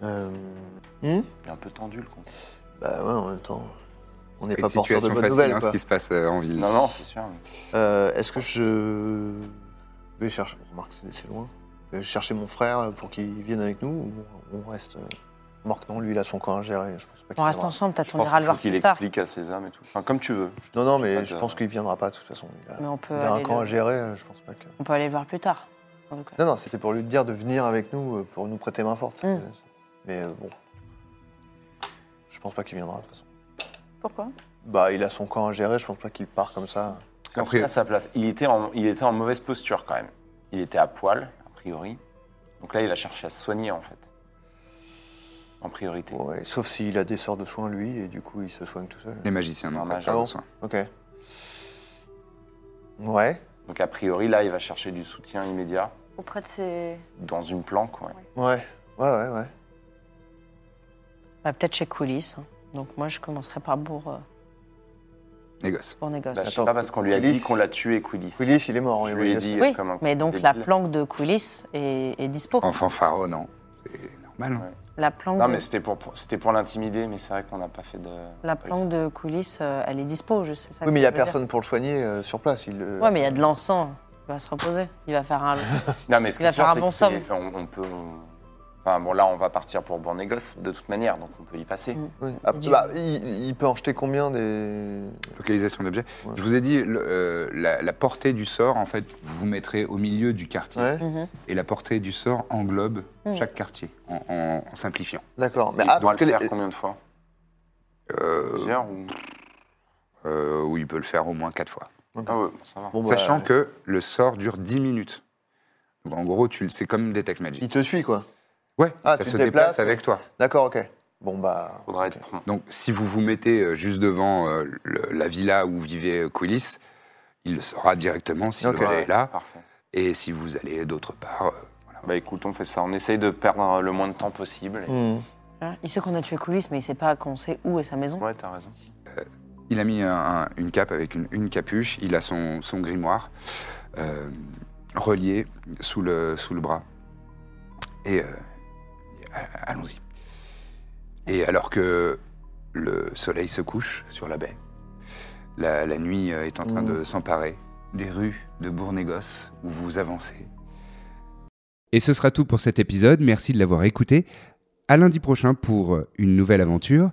Speaker 2: Euh,
Speaker 3: Il est un peu tendu le conseil.
Speaker 2: bah ouais, en même temps, on n'est
Speaker 1: Une
Speaker 2: pas porteur de
Speaker 1: situation
Speaker 2: bonnes
Speaker 1: facile,
Speaker 2: nouvelles.
Speaker 1: hein, ce
Speaker 2: quoi.
Speaker 1: qui se passe euh, en ville.
Speaker 3: Non non c'est sûr.
Speaker 2: Euh, Est-ce que je vais chercher Remarque, c'est c'est loin. Je vais chercher mon frère pour qu'il vienne avec nous. ou On reste. euh, Remarque, non, lui, il a son coin à gérer. Je pense pas qu'il
Speaker 6: On reste
Speaker 2: viendra.
Speaker 6: ensemble, peut-être
Speaker 3: Je
Speaker 6: on
Speaker 3: pense
Speaker 6: ira le
Speaker 3: qu'il faut
Speaker 6: voir
Speaker 3: qu'il
Speaker 6: plus tard.
Speaker 3: explique à ses hommes et tout. Enfin, comme tu veux.
Speaker 2: Non, non,
Speaker 3: Pas
Speaker 2: mais
Speaker 3: de-
Speaker 2: je
Speaker 1: euh,
Speaker 2: pense qu'il viendra pas, de toute façon. Il a,
Speaker 6: Mais on peut,
Speaker 2: il a un
Speaker 6: aller
Speaker 2: camp à
Speaker 6: le...
Speaker 2: gérer, euh, je pense pas que.
Speaker 6: on peut aller le voir plus tard. en tout cas.
Speaker 2: Non, non, c'était pour lui dire de venir avec nous, euh, pour nous prêter main forte.
Speaker 6: Mm.
Speaker 2: c'est- Mais euh, bon. Je pense pas qu'il viendra, de toute façon.
Speaker 7: Pourquoi
Speaker 2: Bah, il a son camp à gérer, je pense pas qu'il part comme ça.
Speaker 3: Parce qu'on se
Speaker 1: Après-
Speaker 3: met à sa place. Il était, en, il était en mauvaise posture quand même. Il était à poil, a priori. Donc là, il a cherché à se soigner en fait. En priorité.
Speaker 2: Ouais, sauf s'il a des sorts de soins, lui, et du coup, il se soigne tout seul.
Speaker 1: Les magiciens n'ont
Speaker 3: Un
Speaker 1: pas
Speaker 3: mage.
Speaker 1: ça
Speaker 2: Ah bon
Speaker 1: soin.
Speaker 2: Ok. Ouais.
Speaker 3: Donc a priori, là, il va chercher du soutien immédiat
Speaker 7: Auprès de ses.
Speaker 3: dans une planque. ouais.
Speaker 2: Ouais, ouais, ouais, ouais.
Speaker 6: Bah, Peut-être chez Coulis. hein. Donc moi, je commencerai par Bourg, euh,
Speaker 1: Négoce.
Speaker 6: Bourg-Négoce.
Speaker 3: Bah, je sais pas parce qu'on lui a
Speaker 2: Quillis-
Speaker 3: dit qu'on l'a tué, Quillis.
Speaker 2: Willis, il est mort.
Speaker 3: Je
Speaker 2: hein,
Speaker 3: lui ai
Speaker 2: Willis.
Speaker 3: dit
Speaker 6: oui,
Speaker 3: comme un
Speaker 6: mais donc
Speaker 3: débile.
Speaker 6: la planque de Coulis est, est dispo.
Speaker 2: Ah.
Speaker 1: En fanfaro, non. C'est normal. hein.
Speaker 6: La planque,
Speaker 3: Non,
Speaker 6: de-
Speaker 3: mais c'était pour, pour- c'était pour l'intimider, mais c'est vrai qu'on n'a pas fait de.
Speaker 6: la planque de Coulis, euh, elle est dispo, je sais ça.
Speaker 2: Oui, mais il
Speaker 6: n'y
Speaker 2: n'y a personne pour le soigner euh, sur place. Il, euh,
Speaker 6: Ouais, mais il y a de l'encens. Il va se reposer. Il va faire un.
Speaker 3: Non, mais ce
Speaker 6: Il
Speaker 3: qui
Speaker 6: va
Speaker 3: est sûr,
Speaker 6: faire un
Speaker 3: c'est
Speaker 6: bon
Speaker 3: que
Speaker 6: somme.
Speaker 3: c'est- on, on peut. Enfin, bon, là, on va partir pour bon négoce, de toute manière, donc on peut y passer.
Speaker 6: Mm.
Speaker 2: oui. Ah,
Speaker 6: du-
Speaker 2: bah, il, il peut en jeter combien des.
Speaker 1: Localisation d'objets.
Speaker 2: Ouais.
Speaker 1: Je vous ai dit, le- euh, la, la portée du sort, en fait, vous vous mettrez au milieu du quartier.
Speaker 2: Ouais,
Speaker 6: Mhm.
Speaker 1: Et la portée du sort englobe
Speaker 6: Mhm.
Speaker 1: chaque quartier, en, en- en simplifiant.
Speaker 2: d'accord. Mais
Speaker 3: il
Speaker 2: ah,
Speaker 3: doit
Speaker 2: parce
Speaker 3: le
Speaker 2: que les-
Speaker 3: faire combien de fois
Speaker 1: Euh,
Speaker 3: Plusieurs ou...
Speaker 1: euh, oui, il peut le faire au moins quatre fois.
Speaker 3: Ah ouais, bon, ça va.
Speaker 2: Bon, bah,
Speaker 1: Sachant que le sort dure 10 minutes. Donc, en gros, tu le- c'est comme Detect
Speaker 2: Il
Speaker 1: Magic.
Speaker 2: te suit, quoi.
Speaker 1: Ouais,
Speaker 2: Ah,
Speaker 1: ça
Speaker 2: tu
Speaker 1: se
Speaker 2: te
Speaker 1: déplace
Speaker 2: déplaces,
Speaker 1: avec toi.
Speaker 2: D'accord, ok. Bon, bah.
Speaker 3: Faudra
Speaker 2: ok.
Speaker 3: être prompt.
Speaker 1: Donc, si vous vous mettez euh, juste devant euh, le- la villa où vivait euh, Coulis, il le saura directement si
Speaker 2: Ok.
Speaker 1: le volet est là.
Speaker 3: Parfait.
Speaker 1: Et si vous allez d'autre part, euh, voilà.
Speaker 3: Bah écoute, on fait ça. On essaye de perdre le moins de temps possible. et-
Speaker 2: Hmm.
Speaker 6: Hein, Il sait qu'on a tué Coulis, mais il sait pas qu'on sait où est sa maison.
Speaker 3: Ouais, t'as raison.
Speaker 1: il a mis un- un- une cape avec une, une capuche. Il a son, son grimoire euh, relié sous le, sous le bras. Et euh, a- allons-y. Et alors que le soleil se couche sur la baie, la, la nuit euh, est en train de s'emparer des rues de Bourg-Négoce où vous avancez
Speaker 9: Et ce sera tout pour cet épisode. Merci de l'avoir écouté. À lundi prochain pour une nouvelle aventure.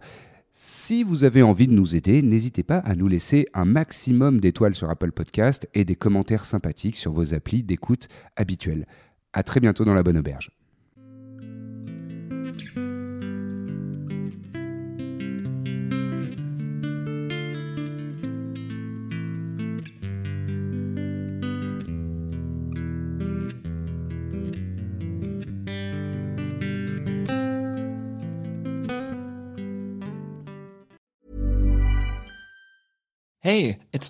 Speaker 9: Si vous avez envie de nous aider, n'hésitez pas à nous laisser un maximum d'étoiles sur Apple Podcast et des commentaires sympathiques sur vos applis d'écoute habituelles. À très bientôt dans la bonne auberge.
Speaker 10: Hey, it's